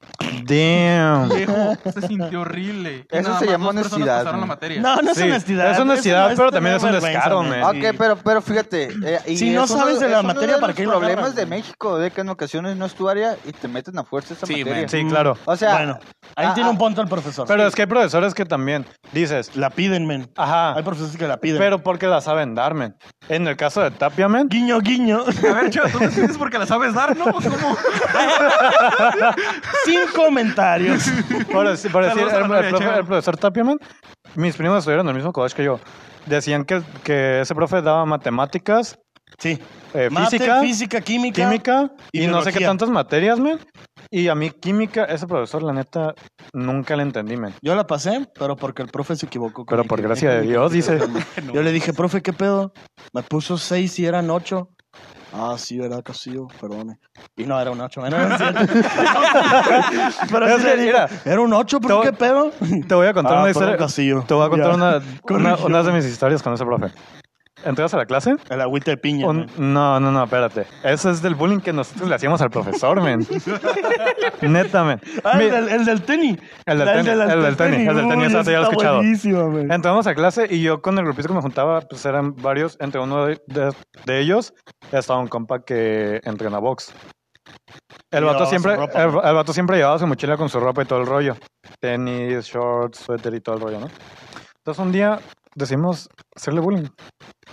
Damn.
Viejo, se sintió horrible. Y
Eso
nada
se
más
llama
dos personas
honestidad,
pasaron la
men.
materia.
No, no es
Sí,
honestidad.
es honestidad, pero también es un descaro, man.
Ah, Ok, pero, pero fíjate. eh, y
Si no
es uno-
sabes de
es
la
uno
materia, ¿para
los
qué lo agarras,
problemas de
güey?
México, de que en ocasiones no es tu área y te meten a fuerza esa
Sí,
materia.
man,
Mm.
Sí, claro.
O sea,
bueno, ahí
ah,
tiene
ah.
un punto el profesor.
Pero es que hay profesores que también dices,
La piden, men. Hay
ajá,
profesores que la piden.
pero porque la saben dar, men. En el caso de Tapia, men,
Guiño, guiño.
A ver, chido, tú me pides porque la sabes dar, ¿no? ¿Cómo?
Sin comentarios.
por, deci- por decir,
Saludos a la
el,
novia,
el profe-
Chema.
el profesor Tapia, men, mis primos estuvieron en el mismo college que yo. Decían que, que ese profe daba matemáticas,
Sí.
eh,
Mate,
física,
física, química.
química y,
y
no sé qué
biología.
tantas materias, men. Y a mí química, ese profesor, la neta, nunca le entendí, men.
Yo la pasé, pero porque el profe se equivocó. con
Pero
mi
por
química.
gracia de Dios, dice.
Yo le dije, profe, ¿qué pedo? Me puso seis y eran ocho. Ah, sí, era Casillo, perdone. Y no, era un ocho, era un siete. pero
Es
sí
que,
le dije,
mira,
era un ocho, pero
te-
¿qué pedo?
Te voy a contar
Ah,
una
perdón,
historia.
Castillo.
Te voy a contar
Ya.
una, una,
Corrigió.
una de mis historias con ese profe. ¿Entras a la clase?
El agüita de piña.
Un-
men.
no, no, no, espérate. Eso es del bullying que nosotros le hacíamos al profesor, men. Neta, men.
Ah,
Mi-
el, del, el del tenis.
El del
Ah,
tenis, el del tenis, el del tenis,
Uy,
ese ya lo he
está
escuchado.
buenísimo, men.
Entramos a clase y yo con el grupito que me juntaba, pues eran varios, entre uno de, de- de ellos estaba un compa que entrena box. El
Llevaba
vato,
su
siempre,
ropa,
el,
¿no?
el vato siempre llevaba su mochila con su ropa y todo el rollo. Tenis, shorts, suéter y todo el rollo, ¿no? Entonces un día decidimos hacerle bullying.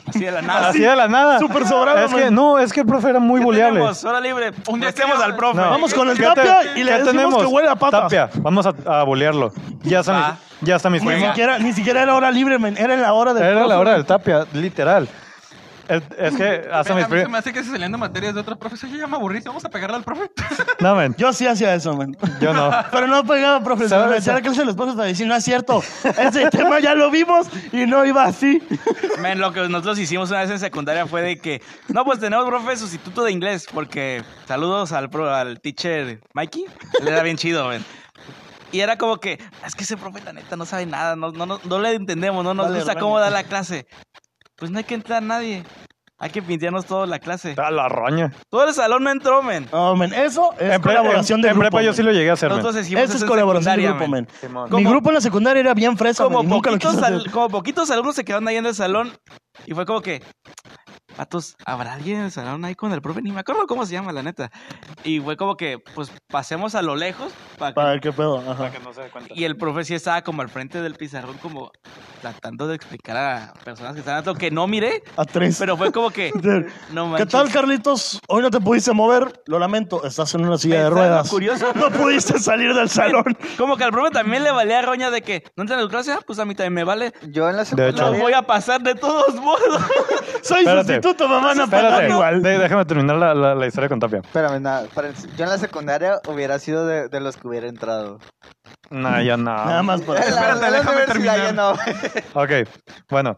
Así de la nada.
Así de la nada.
Ah, Súper sobrado,
Es que
man.
no, es que el profe era muy
¿Qué
buleable.
tenemos? Hora libre.
Un día
Metemos
que-
al profe.
No.
Vamos con el
¿Qué
tapia
te-
y le
qué
decimos que huele a patas.
Tapia, vamos a, a bolearlo. Ya está,
Va.
mis- ya está mis
Ni
primos.
siquiera, ni siquiera era hora libre, men. Era en la hora del
Era
profe,
la hora
men.
del tapia, literal. El- es que hasta mis
a mí se
primos.
me hace que se salían de materias de otros profes. Oye, ya me aburrí, vamos a pegarle al profe.
No, men,
Yo sí hacía eso, men.
yo no.
Pero no pegaba, profesor.
¿Sabes?
Me hacía la clase de los profes para decir, no es cierto. Ese tema ya lo vimos y no iba así.
Men, lo que nosotros hicimos una vez en secundaria fue de que, no, pues tenemos profe sustituto de inglés, porque saludos al, pro- al teacher Mikey, él era bien chido, men. Y era como que, es que ese profe la neta no sabe nada, no, no, no, no le entendemos, no nos
Vale,
gusta
roña.
cómo da la clase. Pues no hay que entrar nadie, hay que pintarnos todos la clase.
Está la roña.
Todo el salón no entró, men.
No, men. Eso es
pre-
colaboración
en-
de
en
grupo.
prepa yo
men.
sí lo llegué a hacer, men.
Nosotros hicimos
Eso es
en
colaboración de
secundaria,
grupo, men.
Simón.
Mi
¿Cómo?
grupo en la secundaria era bien fresa,
como,
men, y nunca lo
poquitos
quise hacer.
al- como poquitos alumnos se quedaron ahí en el salón y fue como que, patos, ¿habrá alguien en el salón ahí con el profe? Ni me acuerdo cómo se llama, la neta. Y fue como que, pues pasemos a lo lejos para que-
Para ver qué pedo. Ajá.
Que no se dé cuenta.
Y el profe sí estaba como al frente del pizarrón, como, tratando de explicar a personas que están alto que no miré,
A tres.
pero fue como que no
¿Qué
manches.
tal, Carlitos? Hoy no te pudiste mover. Lo lamento, estás en una silla de
Está
ruedas.
curioso.
No pudiste salir del salón.
Como que al profe también le valía roña de que no entra en la clase, pues a mí también me vale.
Yo en la
hecho.
secundaria...
Lo voy a pasar de todos modos.
Soy
Espérate.
sustituto, mamá, no
Espérate,
igual.
de- déjame terminar la, la- la historia con Tapia.
Espérame, nada, espérense. yo en la secundaria hubiera sido de, de los que hubiera entrado.
Nah, ya no.
Nada más por
En la,
Espérate,
en la
déjame
universidad
terminar.
ya no.
Ok, bueno.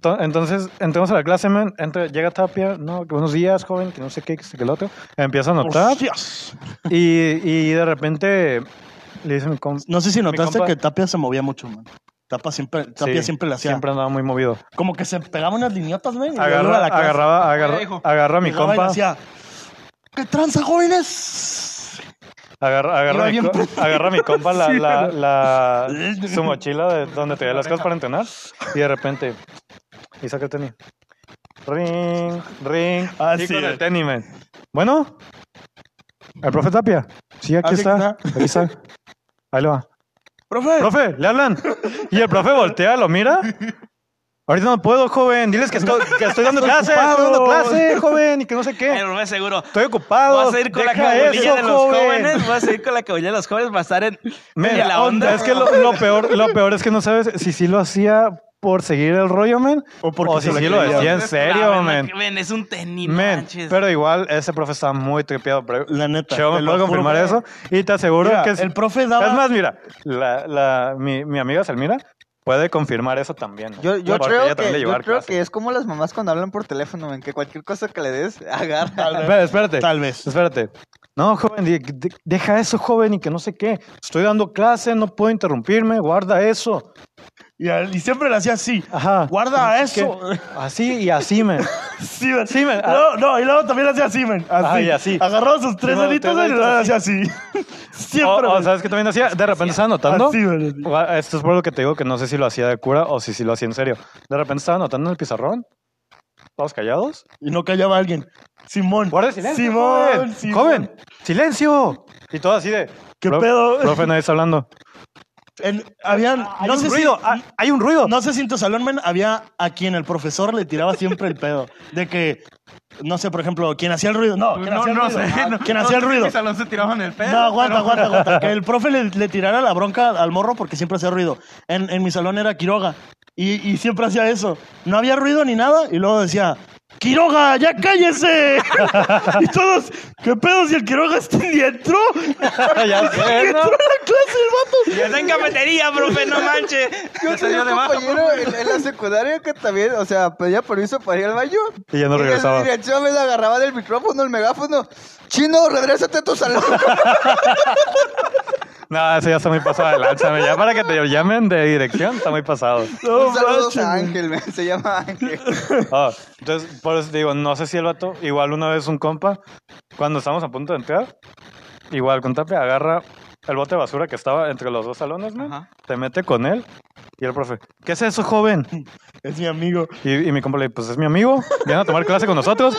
To- Entonces, entramos a la clase, men. Entra, llega Tapia, no, que buenos días, joven, que no sé qué, que este, que el otro. Empieza
Oh,
a notar
Hostias.
y, y de repente le dicen,
No sé si notaste
compa-
que Tapia se movía mucho, man. Tapia siempre, Tapia siempre le hacía.
Siempre andaba muy movido.
Como que se pegaba unas liñotas, güey. y luego iba a
Agarra,
la clase.
agarraba, agarra,
Ay, hijo.
agarra a mi
Llegaba y
compa,
decía, ¿Qué tranza, jóvenes?
agarra, agarra,
Iba
a mi,
bien
co- agarra a mi compa la,
Sí,
la,
pero-
la- su mochila de donde traía las cosas para entrenar y de repente, y saca el tenis. Ring, ring,
Ah,
y
sí,
con
eh.
el tenis, men. Bueno, el profe Tapia, sí, aquí
Así
está,
que
aquí está, ahí lo va.
Profe,
Profe, le hablan. Y el profe voltea, lo mira. Ahorita no puedo, joven. Diles que estoy, que estoy dando clase, estoy dando clase, joven, y que no sé qué.
Pero me seguro.
Estoy ocupado.
Vas a ir con la
Deja
cabullilla
eso,
de los jóvenes, vas a ir con la cabullilla de los jóvenes, vas a estar en,
Men, oh,
en la onda.
Es que lo, lo peor, lo peor es que no sabes si sí lo hacía por seguir el rollo, men.
O
si
porque se lo
sí lo
creía.
decía en serio,
Ah, ven,
men.
ven, es un tenis, no
Men,
manches.
pero igual ese profe estaba muy tripeado. Pero
la neta.
Cheo,
te
¿me
lo
puedo
juro,
confirmar eso?
güey.
Y te aseguro
Mira,
que... es-
el profe daba.
Es más, mira, la, la, mi, mi amiga Selmira puede confirmar eso también. ¿no?
Yo, yo
Porque
creo,
ella también
que,
le
yo
llevaba
creo
clases.
que es como las mamás cuando hablan por teléfono, en que cualquier cosa que le des, agarra.
Espérate, espérate.
Tal vez.
Espérate. No, joven, de- de- deja eso, joven, y que no sé qué. Estoy dando clase, no puedo interrumpirme, guarda eso.
Y, al- y siempre le hacía así.
Ajá.
Guarda
Es que
eso.
Así y así, men.
Sí, men.
Sí, men.
No, no, y luego también le hacía así, men. Así.
Ah, y así.
Agarraba sus tres
Luego
deditos
tres
men, y luego le hacía así.
O,
Siempre.
o
men.
¿sabes qué también hacía? De repente estaba anotando.
Así, men.
Gua- Esto es por lo que te digo que no sé si lo hacía de cura o si, si lo hacía en serio. De repente estaba anotando en el pizarrón. Todos callados.
Y no callaba alguien. Simón.
Guarda el silencio.
Simón.
joven.
Simón.
Joven, silencio. Y todo así de.
¿Qué
"Prof-
pedo?"
Profe, nadie está hablando.
En- habían.
Hay
no
un
sé si-
ruido. ah, Hay un ruido.
No sé si en tu salón, men, había a quien el profesor le tiraba siempre el pedo. De que, no sé, por ejemplo, quien hacía el ruido. No, quien
No,
hacía el
no
ruido.
sé.
Ah,
no-
quien
no
hacía el
sé si
ruido.
mi salón se tiraban el pedo.
No, aguanta,
pero-
aguanta, aguanta. Que el profe le, le tirara la bronca al morro porque siempre hacía ruido. En, en mi salón era Quiroga. Y, y siempre hacía eso. No había ruido ni nada. Y luego decía, Quiroga, ya cállese. y todos, ¿qué pedo si el Quiroga está ni entró? Ni entró
Ya sé,
a
¿no?
la clase el vato.
Ya está en cafetería, profe, no manches.
Yo
Ya salió
tenía un
de baja.
compañero en, en la secundaria que también, o sea, pedía permiso para ir al baño.
Y ya no
en
regresaba.
la dirección me la agarraba del micrófono, el megáfono. Chino, regrésate a tu salón.
No, eso ya está muy pasado de lanza, güey. Ya para que te llamen de dirección, está muy pasado.
No
un saludo
manches,
a
güey.
Ángel, me- se llama Ángel.
Ah, entonces, por eso te digo, no sé si el vato, igual una vez un compa, cuando estábamos a punto de entrar, igual con Tapia, agarra el bote de basura que estaba entre los dos salones, ¿no?
Ajá.
Te mete con él y el profe, ¿qué es eso, joven?
Es mi amigo.
Y, y mi compa le dice, pues es mi amigo, viene a tomar clase con nosotros.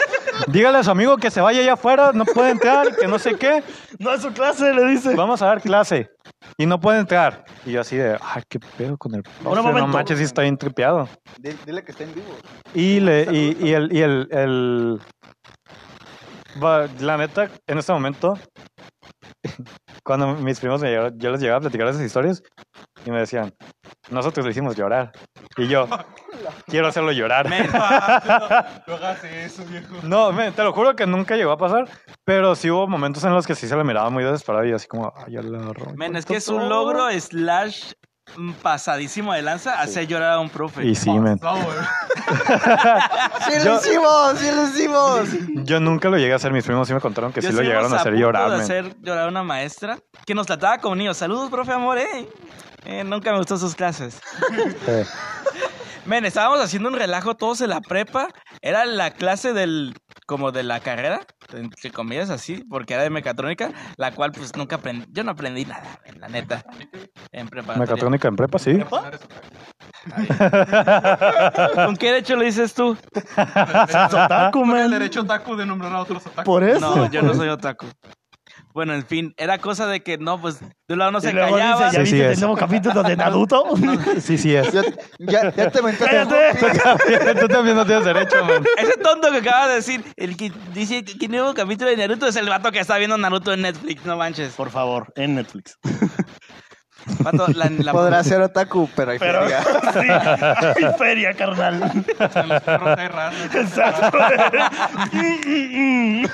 Dígale a su amigo que se vaya allá afuera, no puede entrar, que no sé qué.
No es su clase, le dice.
Vamos a dar clase. Y no puede entrar. Y yo así de, ay, qué pedo con el profe. No
momento.
manches, sí está bien tripeado.
Dile, dile que está en vivo.
Y, le, y, y el... Y el, el- Va, la neta, en este momento, cuando mis primos me llegaron, yo les llegaba a platicar esas historias y me decían, nosotros le hicimos llorar. Y yo, quiero hacerlo llorar.
No hagas eso, viejo.
No, men, te lo juro que nunca llegó a pasar, pero sí hubo momentos en los que sí se le miraba muy desesperado y así como, ay, ya la agarró".
Men, es que es un logro slash mm, pasadísimo de lanza hacer llorar a un profe.
Y sí, men.
No, güey.
¡Sí lo
Yo-
hicimos! ¡Sí lo hicimos!
Yo nunca lo llegué a hacer, mis primos sí me contaron que
Yo
sí lo
estuvimos
llegaron a hacer
punto
llorar,
de
men.
hacer llorar a una maestra que nos trataba como niños. Saludos, profe, amor, eh. Eh, nunca me gustó sus clases.
Eh,
Men, estábamos haciendo un relajo todos en la prepa. Era la clase del, como de la carrera, entre comillas así, porque era de mecatrónica, la cual pues nunca aprendí, yo no aprendí nada, men, la neta, en preparatoria.
Mecatrónica en prepa, sí.
No eres-
¿Con qué derecho lo dices tú?
Otaku,
Con el
man.
derecho otaku de nombrar a otros otaku.
Por eso.
No, yo no soy otaku. Bueno, en fin, era cosa de que no, pues de un lado no se
y luego
callaba.
dice,
Sí,
¿ya
sí
viste
es.
el nuevo capítulo de Naruto?
Sí, sí es.
Ya, ya, ya te mentaste el
¡Cállate!
Juanpi.
Tú también no tienes derecho, man.
Ese tonto que acaba de decir, el que dice que que nuevo capítulo de Naruto es el vato que está viendo Naruto en Netflix, no manches.
Por favor, en Netflix.
Vato, la, la-
Podrá ser otaku, pero hay
Pero
feria.
sí, hay feria, carnal.
En los perros hay razas.
Exacto. Mm, mm, mm.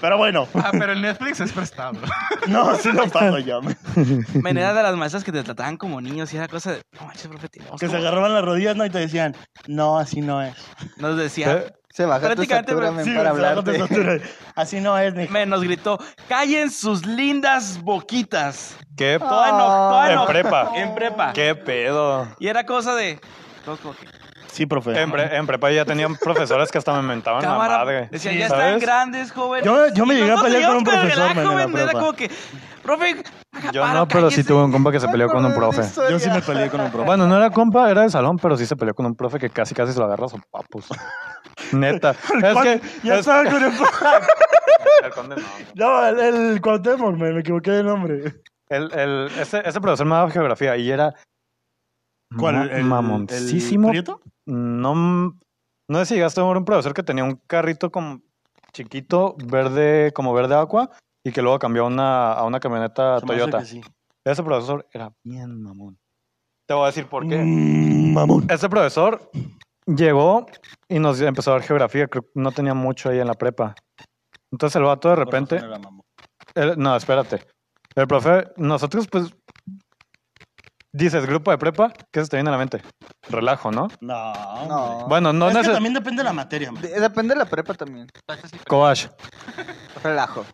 Pero bueno,
Ah, pero el Netflix es prestado.
no, sí lo pago ya.
Me era de las maestras que te trataban como niños y era cosa de, no manches, profe, tenemos
Que se
como-".
agarraban las rodillas, ¿no? Y te decían, no, así no es.
Nos decía,
Te-
Se baja tu
Prácticamente,
estatura
pero-
men,
Sí,
para
o sea, no te
hablarte.
saturas. Así no es, mi
me nos gritó, callen sus lindas boquitas.
¿Qué?
Toda eno-
Ah.
toda
En
eno-
prepa.
En prepa.
¿Qué pedo?
Y era cosa de, todos como que,
Sí, profe.
En, pre- en prepa ya tenían profesoras que hasta me mentaban la
cámara.
madre.
Decían,
Sí,
ya
¿sabes?
están grandes, jóvenes.
Yo- yo me
Y
llegué a
nosotros
pelear con un
llegamos el
profesor, man, en la
relajo, Era
prepa.
como que, profe, haga
Yo
paro,
no, pero sí
cállese".
tuve un compa que se peleó con un profe.
Yo sí me peleé con un profe.
Bueno, no era compa, era de salón, pero sí se peleó con un profe que casi casi se lo agarra a papos. Neta. Es
Juan-
que.
ya
es-
estaba con el...
el conde no.
No, el, el Cuauhtémoc, me, me equivoqué de nombre.
El- el- ese, ese profesor me daba geografía y era. ma-
¿El- el-
mamoncísimo.
¿El Prieto?
No, m- no sé si llegaste a ver un profesor que tenía un carrito como chiquito, verde, como verde agua, y que luego cambió a una, a una camioneta
Se me hace
Toyota.
que sí.
Ese profesor era bien mamón. Te voy a decir por qué.
Mm, mamón.
Este profesor llegó y nos empezó a dar geografía. Creo que no tenía mucho ahí en la prepa. Entonces el vato de repente.
Por eso no era mamón.
el- no, espérate. El profe, nosotros pues. Dices, grupo de prepa, ¿qué se te viene a la mente? Relajo, ¿no?
No.
No.
Bueno, no
Ah. es que
neces-
también depende de la materia. man.
De- depende de la prepa también.
Cobash.
Relajo.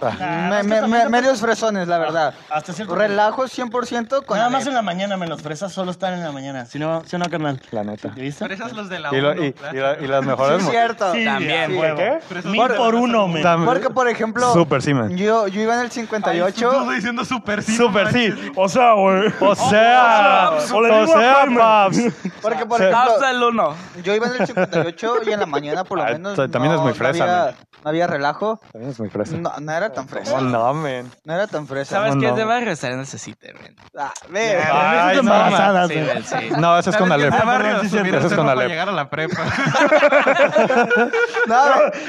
Ah,
Me- me- me- medios fresones, la verdad.
Ah, Hasta cierto
Relajo 100% con
Nada
la
más en la mañana, menos fresas solo están en la mañana. Si no, si no carnal.
la neta.
¿Viste?
Fresas los de la
Y, lo-
uno,
y-
¿verdad?
y la- y las
neta.
mejores.
Sí,
mo-
cierto.
Sí,
También,
sí.
güey. ¿Qué?
Fresas
Mil
los
por
de-
uno, men.
Tam-
Porque, por ejemplo,
Super, sí, man.
yo, yo iba en el
Ay, tú- tú
58.
diciendo super sí.
Super,
no
sí.
manches.
O sea, güey.
O sea,
Paps. O le
o
digo a
sea,
Jaime.
Paps.
Porque, por
Sí.
ejemplo,
Hasta el uno.
yo iba en el 58 y en la mañana, por lo
Ah,
menos.
ta- también
no-
es muy
no
fresa,
había-
men.
No había relajo.
También es muy fresa.
No, no era tan
Oh,
fresa.
no, man.
No era tan fresa.
¿Sabes
no,
qué?
no.
Te va a regresar en ese sitio, men.
Ah, ve.
Ay,
Esas
no,
embarazadas, eh.
Sí,
Ah, güey.
men, sí.
No, eso es con
¿Sabes
Alep.
qué? Se va a
Perdón, sí,
resumir
cierto. Eso es
el
con
cerro para
Alep.
llegar a la prepa.
No,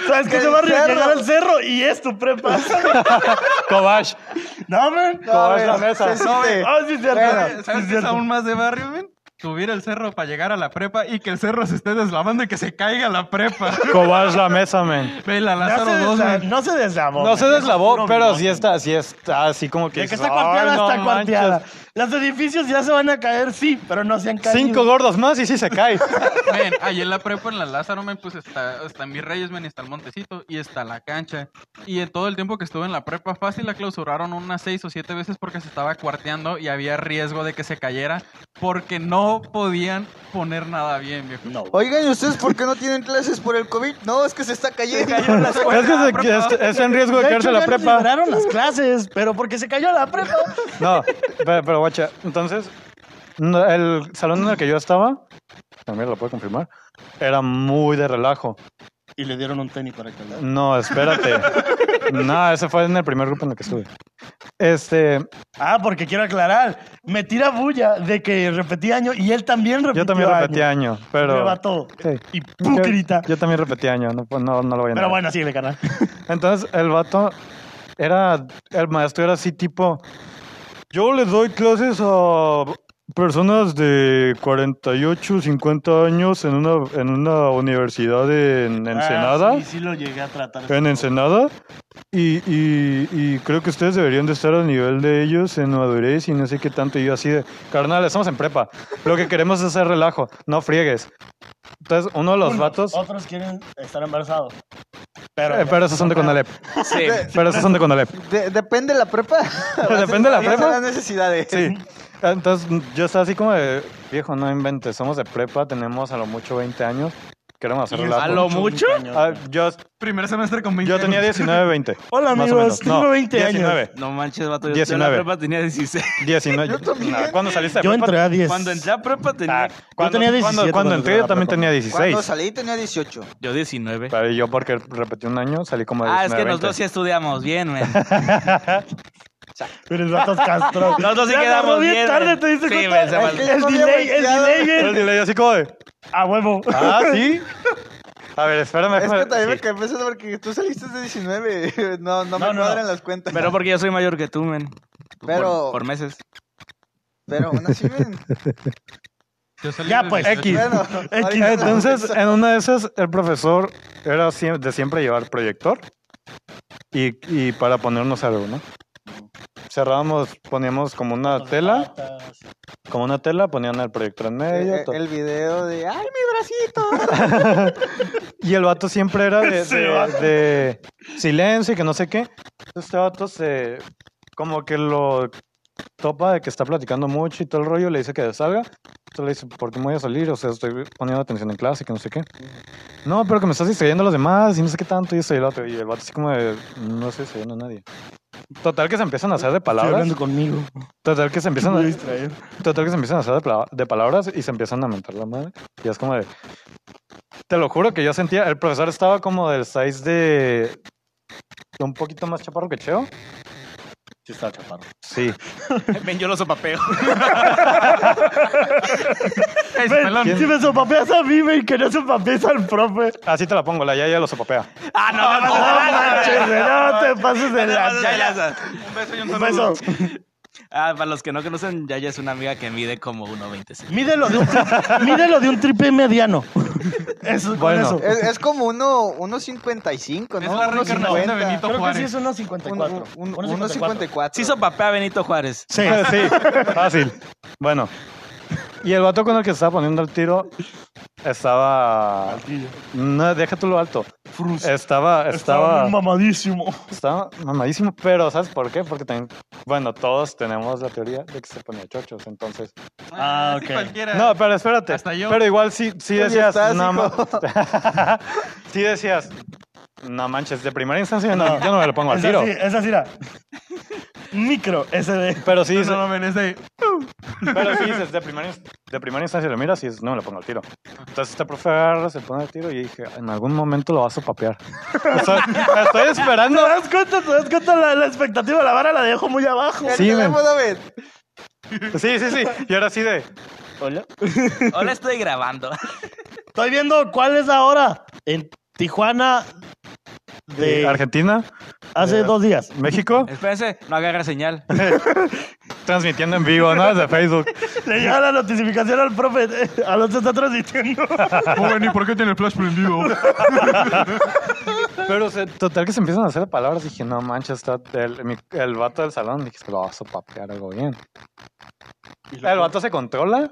¿Sabes qué?
Del
Se va a
cerro.
llegar al cerro y es tu prepa.
Cobash.
no, man.
no,
Como es la
ve,
mesa.
se siente.
Ah, sí, es cierto.
Bueno,
Sí, es
¿Sabes qué es
cierto.
aún más de barrio, men? Subir el cerro para llegar a la prepa y que el cerro se esté deslavando y que se caiga la prepa.
Cobash la mesa, man.
Vela,
No
Lázaro
se,
2,
desla-
men.
no se deslavó.
No se
man.
deslavó,
Puro
pero
bigote.
sí está, sí está así como que.
De que
dices,
está cuarteada,
"Ay, no
está cuarteada.
manches".
Los edificios ya se van a caer, sí, pero no se han caído.
Cinco gordos más y sí se cae.
Men, ahí en la prepa, en la Lázaro, men, pues está, está en Virreyes, men, y está el Montecito y está la cancha. Y en todo el tiempo que estuve en la prepa fácil la clausuraron unas seis o siete veces porque se estaba cuarteando y había riesgo de que se cayera porque no podían poner nada bien, viejo.
No.
Oigan, ¿y ustedes por qué no tienen clases por el COVID? No, es que se está cayendo.
Es que se- es, es en riesgo de
De
caerse
hecho,
la
ya nos
prepa.
liberaron las clases, pero porque se cayó la prepa.
No, pero, pero guacha, entonces, no, el salón en el que yo estaba, también lo puedo confirmar, era muy de relajo.
Y le dieron un tenis para que lo-
No, espérate. no, ese fue en el primer grupo en el que estuve. Este,
Ah, porque quiero aclarar. Me tira bulla de que repetí año y él también repetía
yo también repetí año,
Me
pero...
mató.
Sí.
Hipócrita.
Yo, yo también repetí año, no, pues, no, no lo voy a
Pero
negar.
bueno, síguele, canal.
Entonces, el vato era... El maestro era así tipo... Yo les doy clases a personas de 48, 50 años en una, en una universidad en Ensenada.
Ah, sí, sí lo llegué a tratar.
en Ensenada. Y, y, y creo que ustedes deberían de estar al nivel de ellos en madurez y no sé qué tanto. Y yo así de, carnal, estamos en prepa. Lo que queremos es hacer relajo, no friegues. Entonces, uno de los
Unos,
vatos...
Otros quieren estar embarazados.
eh, pero esos son de Conalep.
Sí.
Pero esos son de Conalep.
De- depende de la prepa.
Depende de la
Vayan a
prepa.
las necesidades.
Sí. Ah, Entonces, yo estaba así como de, viejo, no inventes, somos de prepa, tenemos a lo mucho 20 años. queremos hacer
Y
relajo.
¿A lo mucho?
cañón.
Ah, yo,
Primer semestre con 20
yo tenía
años.
19, 20.
Hola,
más o
amigos,
menos.
tengo
No,
20 años.
19,
No manches, vato. Yo
19.
en la prepa tenía 16.
19.
Yo también.
Nah, Ah, ¿Cuándo saliste de
Yo
prepa?
entré a 10.
Cuando entré a prepa tenía...
Ah, ¿cuándo-
tenía 17
cuándo-
cuando
Cuando,
entré
entré
a la
yo también
prepa.
tenía
Cuando
16.
salí tenía 18.
Yo 19.
Pero yo porque repetí un año salí como de
Ah, es que
19,
nosotros sí
20.
estudiamos bien, men.
Pero el vato es Castro.
Nosotros sí
Ya
quedamos
agarró bien
bien,
tarde,
men.
¿te diste
Sí,
cuenta?
men, se mal-
El delay, el delay,
Pero
bien.
el delay así como de,
A huevo.
Ah, sí. A ver, espérame.
Es que
déjame-
también me
sí.
quedé pensando porque tú saliste de 19. No, no me
No, no,
cuadran
no.
las cuentas.
Pero porque yo soy mayor que tú, men. Por,
Pero-
por meses.
Pero aún así, ven. eh,
Yo salí
Ya,
de
pues,
18.
X.
Bueno, ahorita
Entonces,
hablamos de eso.
en una de esas, el profesor era sie- de siempre llevar proyector y, y para ponernos algo, ¿no? Cerrábamos, poníamos como una tela, como una tela, ponían el proyector en medio.
Eh, eh,
to-
el video de ¡Ay, mi bracito!
Y el vato siempre era de, de- de silencio y que no sé qué. Entonces, Este vato se. como que lo topa de que está platicando mucho y todo el rollo, le dice que salga. Entonces le dice, ¿por qué me voy a salir? O sea, estoy poniendo atención en clase y que no sé qué. No, pero que me estás distrayendo a los demás y no sé qué tanto y eso y el otro. Y el vato así como de, no estoy distrayendo a nadie. Total que se empiezan a hacer de
Estoy
palabras.
hablando conmigo.
Total que se empiezan
Me
a...
distraí.
Total que se empiezan a hacer de, pla- de palabras y se empiezan a mentar la madre. Y es como de... Te lo juro que yo sentía... El profesor estaba como del size de... de un poquito más chaparro que Cheo.
Sí, estaba chaparro.
Sí.
Ven, yo lo sopapeo.
Es pelón.
Ven, si me sopapeas a mí, ven, que no sopapees al profe.
Así te la pongo, la Yaya lo sopapea.
Ah, no, no,
No manches, no te pases de la... Pues
Un beso y un
Un
saludo.
beso.
Ah, para los que no conocen, Yaya es una amiga que mide como 1.25.
Mídelo de un, mídelo de un triple mediano. Eso, con
Bueno.
eso.
Es, es como uno, uno 55, ¿no?
Es la
Uno
reencarnación de
50.
Benito
Creo que sí
Juárez.
es 1.54.
Un- un- un- Uno
1.54.
54.
Sí sopapea a Benito Juárez.
Sí.
Sí, fácil. Bueno. Y el vato con el que se estaba poniendo el tiro estaba... No, déjate lo alto.
Frus.
Estaba...
Estaba
Estaba...
bien mamadísimo.
Estaba mamadísimo, pero ¿sabes por qué? Porque también... Bueno, todos tenemos la teoría de que se ponía chochos, entonces...
Ah,
sí,
ok.
cualquiera.
No, pero espérate.
Hasta yo.
Pero igual sí, sí
Oye,
decías,
estás,
no ma-
hijo".
sí decías, no manches, de primera instancia no,
No.
yo no me lo pongo al
Esa
tiro.
sí, esa sí era. Micro, ese de.
Pero sí,
No,
dices-
no, no, ven, es de...
pero sí dices, de primera, ins- de primera instancia lo miras y dices, no me lo pongo al tiro. Entonces este profe agarra, se pone al tiro y dije, en algún momento lo vas a papear. Estoy, estoy esperando.
¿Te das cuenta? ¿Te das cuenta? La, la expectativa, la vara la dejo muy abajo.
El
Sí, men.
teléfono, ven.
Sí, sí, sí. Y ahora sí de,
Hola.
Ahora estoy grabando.
Estoy viendo cuál es la hora en Tijuana de
Argentina,
hace dos días.
México,
Espérense, no agarra señal.
transmitiendo en vivo, ¿no? Desde Facebook.
Le llega la notificación al profe. eh, Alonso está transmitiendo.
Joven, ¿y por qué tiene el flash prendido?
Pero se- total que se empiezan a hacer palabras. Dije, no manches, está el, mi- el vato del salón. Dije, se lo vas a papear algo bien. El vato se controla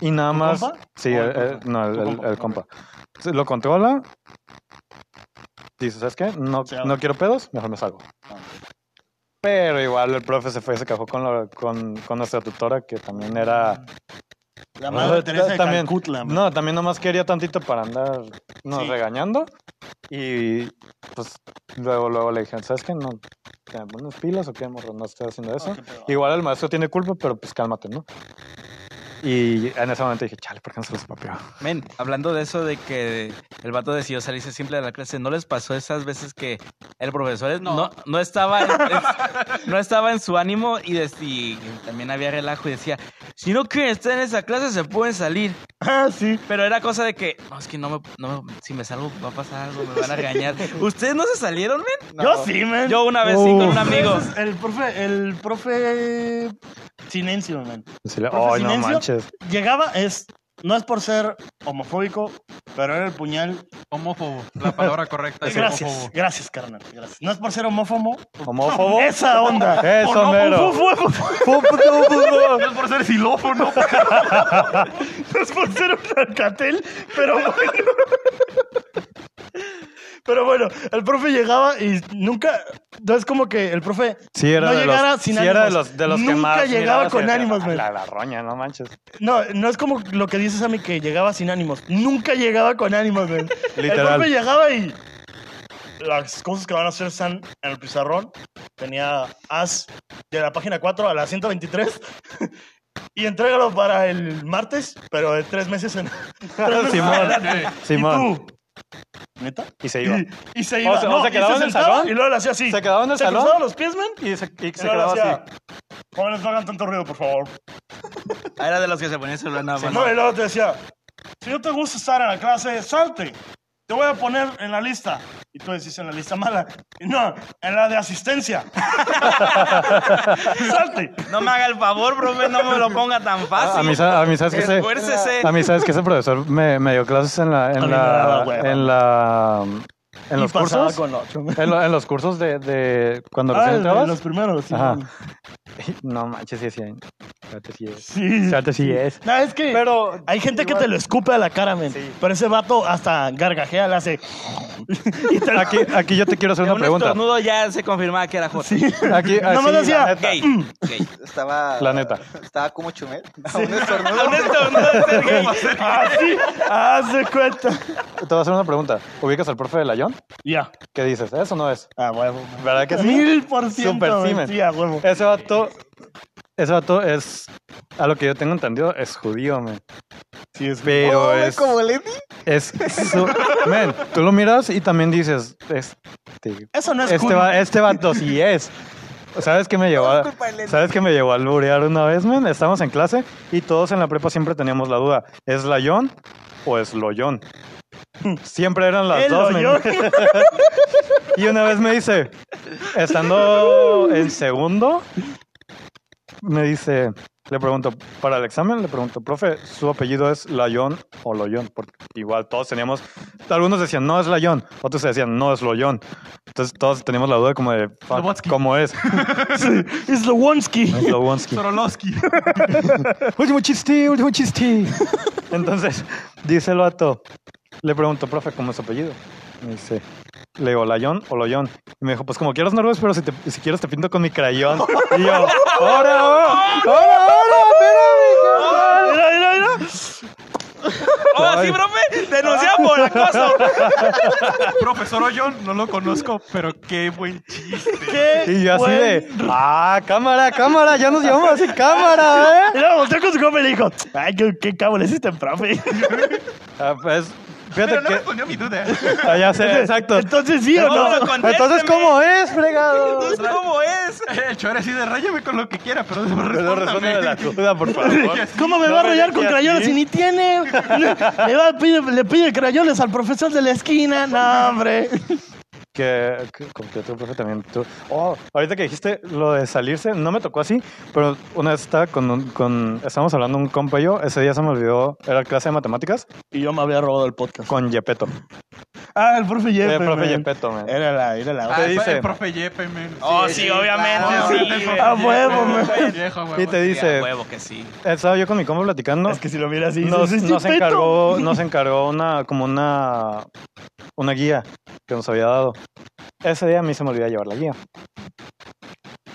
y nada
¿Tu
más.
compa?
Sí,
¿O
el,
el
el-
compa?
no, el,
¿Tu
el-
compa?
el compa. Se lo controla. Dice, ¿sabes qué? No,
Se Ah, va.
no quiero pedos, mejor me salgo. Pero igual el profe se fue y se cajó con, la- con, con nuestra tutora, que también era.
La madre
Ta-
Teresa de
también-
Calcutla. man.
No, también nomás quería tantito para andar nos
Sí.
regañando. Y pues luego, luego le dijeron, ¿sabes qué? No, ¿te me pones pilas o qué, morro? No estoy haciendo eso.
qué pedo.
Igual el maestro tiene culpa, pero pues cálmate, ¿no? Y en ese momento dije, chale, ¿por qué no se los papeó?
Men, hablando de eso de que el vato decidió salirse simple de la clase, ¿no les pasó esas veces que el profesor no,
No.
no, estaba, en, es- no estaba en su ánimo y, des- y también había relajo y decía, si no quieren estar en esa clase se pueden salir?
Ah, sí.
Pero era cosa de que, no, es que no me, no me- si me salgo va a pasar algo, me van a regañar. ¿Ustedes no se salieron, men?
No.
Yo sí, man.
Yo una vez sí con un amigo.
Ese es El profe, el profe Silencio, man.
Así le,
Profe,
Ay, no
silencio.
manches.
Llegaba, es, no es por ser homofóbico, pero era el puñal.
Homófobo. La palabra correcta es
Gracias,
homófobo.
gracias, carnal. Gracias. No es por ser homófobo.
Homófobo.
Esa onda.
Eso,
Oh, no,
mero.
fu- fu- fu-
No es por ser xilófono.
No es por ser un alcatel, pero bueno. Pero bueno, el profe llegaba y nunca. No es como que el profe
Sí, era,
no
de,
llegara
los,
sin
sí era de
ánimos.
los, de los que
Nunca
más.
llegaba
mirabas y
con
decías,
ánimos,
"Ah,
güey".
La, la roña, no manches.
No, no es como lo que dices a mí que llegaba sin ánimos. Nunca llegaba con ánimos, güey. El
Literal.
profe llegaba y las cosas que van a hacer están en el pizarrón. Tenía as de la página 4 a la 123. Y entrégalo para el martes, pero de tres meses en. tres meses
Simón.
adelante.
Simón.
¿Y tú? ¿Neta?
Y se iba.
Y, y se iba.
O se- o
No,
se
y
quedaba en el
sentaba
salón.
Y luego le hacía así.
Se quedaba en el
Se
salón.
cruzaba los pies, man.
Y se, y
Y
se quedaba
luego le hacía.
así.
Jóvenes, no hagan tanto ruido, por favor.
Ah, Era de los que se ponía el celular nada
Sí,
más.
no, y luego te decía, si no te gusta estar en la clase, salte. Te voy a poner en la lista. Y tú decís en la lista mala. Y no, en la de asistencia. salte.
No me haga el favor, profe, no me lo ponga tan
Ah, A, a
fácil.
mí, sa- a mí, ¿sabes qué se.?
Esfuércese.
A mí, ¿sabes que Ese profesor me, me dio clases en la.
A mí
En
me daba
la.
hueva.
En la. En los cursos.
con ocho.
En, lo- en los cursos de. de cuando
Ah,
recién
el de
entrabas.
los primeros. Sí,
Ajá. No manches, sí, sí. Chate, sí es.
sí.
Chate, sí es.
No, es que
Pero.
hay gente que te lo escupe a la cara, men. Pero ese vato hasta gargajea le hace... y te lo-
Aquí, aquí yo te quiero hacer
En
una
un
pregunta.
estornudo ya se confirmaba que era J.
Sí.
Aquí,
Nada más
así,
decía,
la neta,
Gay. Gay.
Estaba.
La neta.
Estaba como Chumel. A un estornudo.
Un estornudo de ser gay.
Así, hace Ah, cuenta.
Te voy a hacer una pregunta. ¿Ubicas al profe de Layón?
Ya.
¿Qué dices? ¿Eso no es?
Ah, huevo.
¿Verdad que sí?
Mil por ciento.
Super
men,
Siemens.
Sí, a huevo.
Ese vato. Ese vato es. A lo que yo tengo entendido, es judío, men.
Sí, es
Pero
Oh,
es.
como Lenny.
Es. su- men, tú lo miras y también dices. Este,
Eso no es
este,
cool.
va, este vato sí es. ¿Sabes qué me llevó
No
a,
es culpa de Lenny.
¿Sabes qué me llevó a alburear una vez, men? Estamos en clase y todos en la prepa siempre teníamos la duda. ¿Es Layón o es Loyón? Siempre eran las
El
dos, men.
hoyo.
Y una vez me dice, estando en segundo, me dice, le pregunto, para el examen, le pregunto, profe, ¿su apellido es Layón o Loyón? Porque igual todos teníamos, algunos decían, no es Layón, otros decían, no es Loyón. Entonces todos teníamos la duda como de, fuck,
Slobotsky.
¿cómo es?
Es Lewonsky.
Es Lowonsky.
Sorolowski.
último chiste, último chiste. Entonces, dice el vato, le pregunto, profe, ¿cómo es su apellido? Me dice, le digo, ¿Layón o Loyón? Y me dijo, pues como quieras, Norbes, pero si, te, si quieres te pinto con mi crayón. Y yo, ¡ahora, ahora! ¡ahora, ahora! espérame,
Mira, mira, mira.
Oh, sí, profe, denunciado por acoso.
Profesor Ollón, no lo conozco, pero qué buen chiste.
¿Qué?
cabrón! Y yo así
buen-
de, ¡ah, cámara, cámara! Ya nos llevamos así, cámara, ¿eh?
Mira, volteó con su compa y le dijo, ay, qué, qué cabo le hiciste, profe.
Ah, pues, fíjate
Pero no
que...
respondió mi duda.
Ah, ya sé, exacto.
Entonces sí o
No,
no.
no, con-
Entonces, ¿cómo es, fregado?
Entonces, ¿Cómo es?
El chore así de ráyame con lo que quiera, pero
Pero respóndeme la
respóndame.
duda, por favor.
¿Cómo me
No
va a
me
rayar
dejes
con crayones
así.
si ni tiene? Le, va, pide, le pide crayones al profesor de la esquina. No, hombre.
que, que- con que otro profe también. tú- Oh, ahorita que dijiste lo de salirse, no me tocó así, pero una vez estaba con, un- con estábamos hablando un compa y yo, ese día se me olvidó, era clase de matemáticas,
Y yo me había robado el podcast.
con Yepeto.
Ah, el profe Jeff.
El profe Yepeto, man.
Era la, era la. Ah,
Te
Ah,
dice- Ah,
el profe Yepe, men.
Oh, sí,
sí,
obviamente.
claro.
sí,
El
güey.
profe
A
Yepe,
huevo,
men.
men.
Viejo, a huevo.
Y te dice,
Sí, a huevo que sí.
estaba yo con mi compa platicando,
Es que si lo miras así,
nos,
dices, "Es
nos
Yepeto".
encargó, nos encargó una, como una, una guía que nos había dado. Ese día a mí se me olvidó llevar la guía.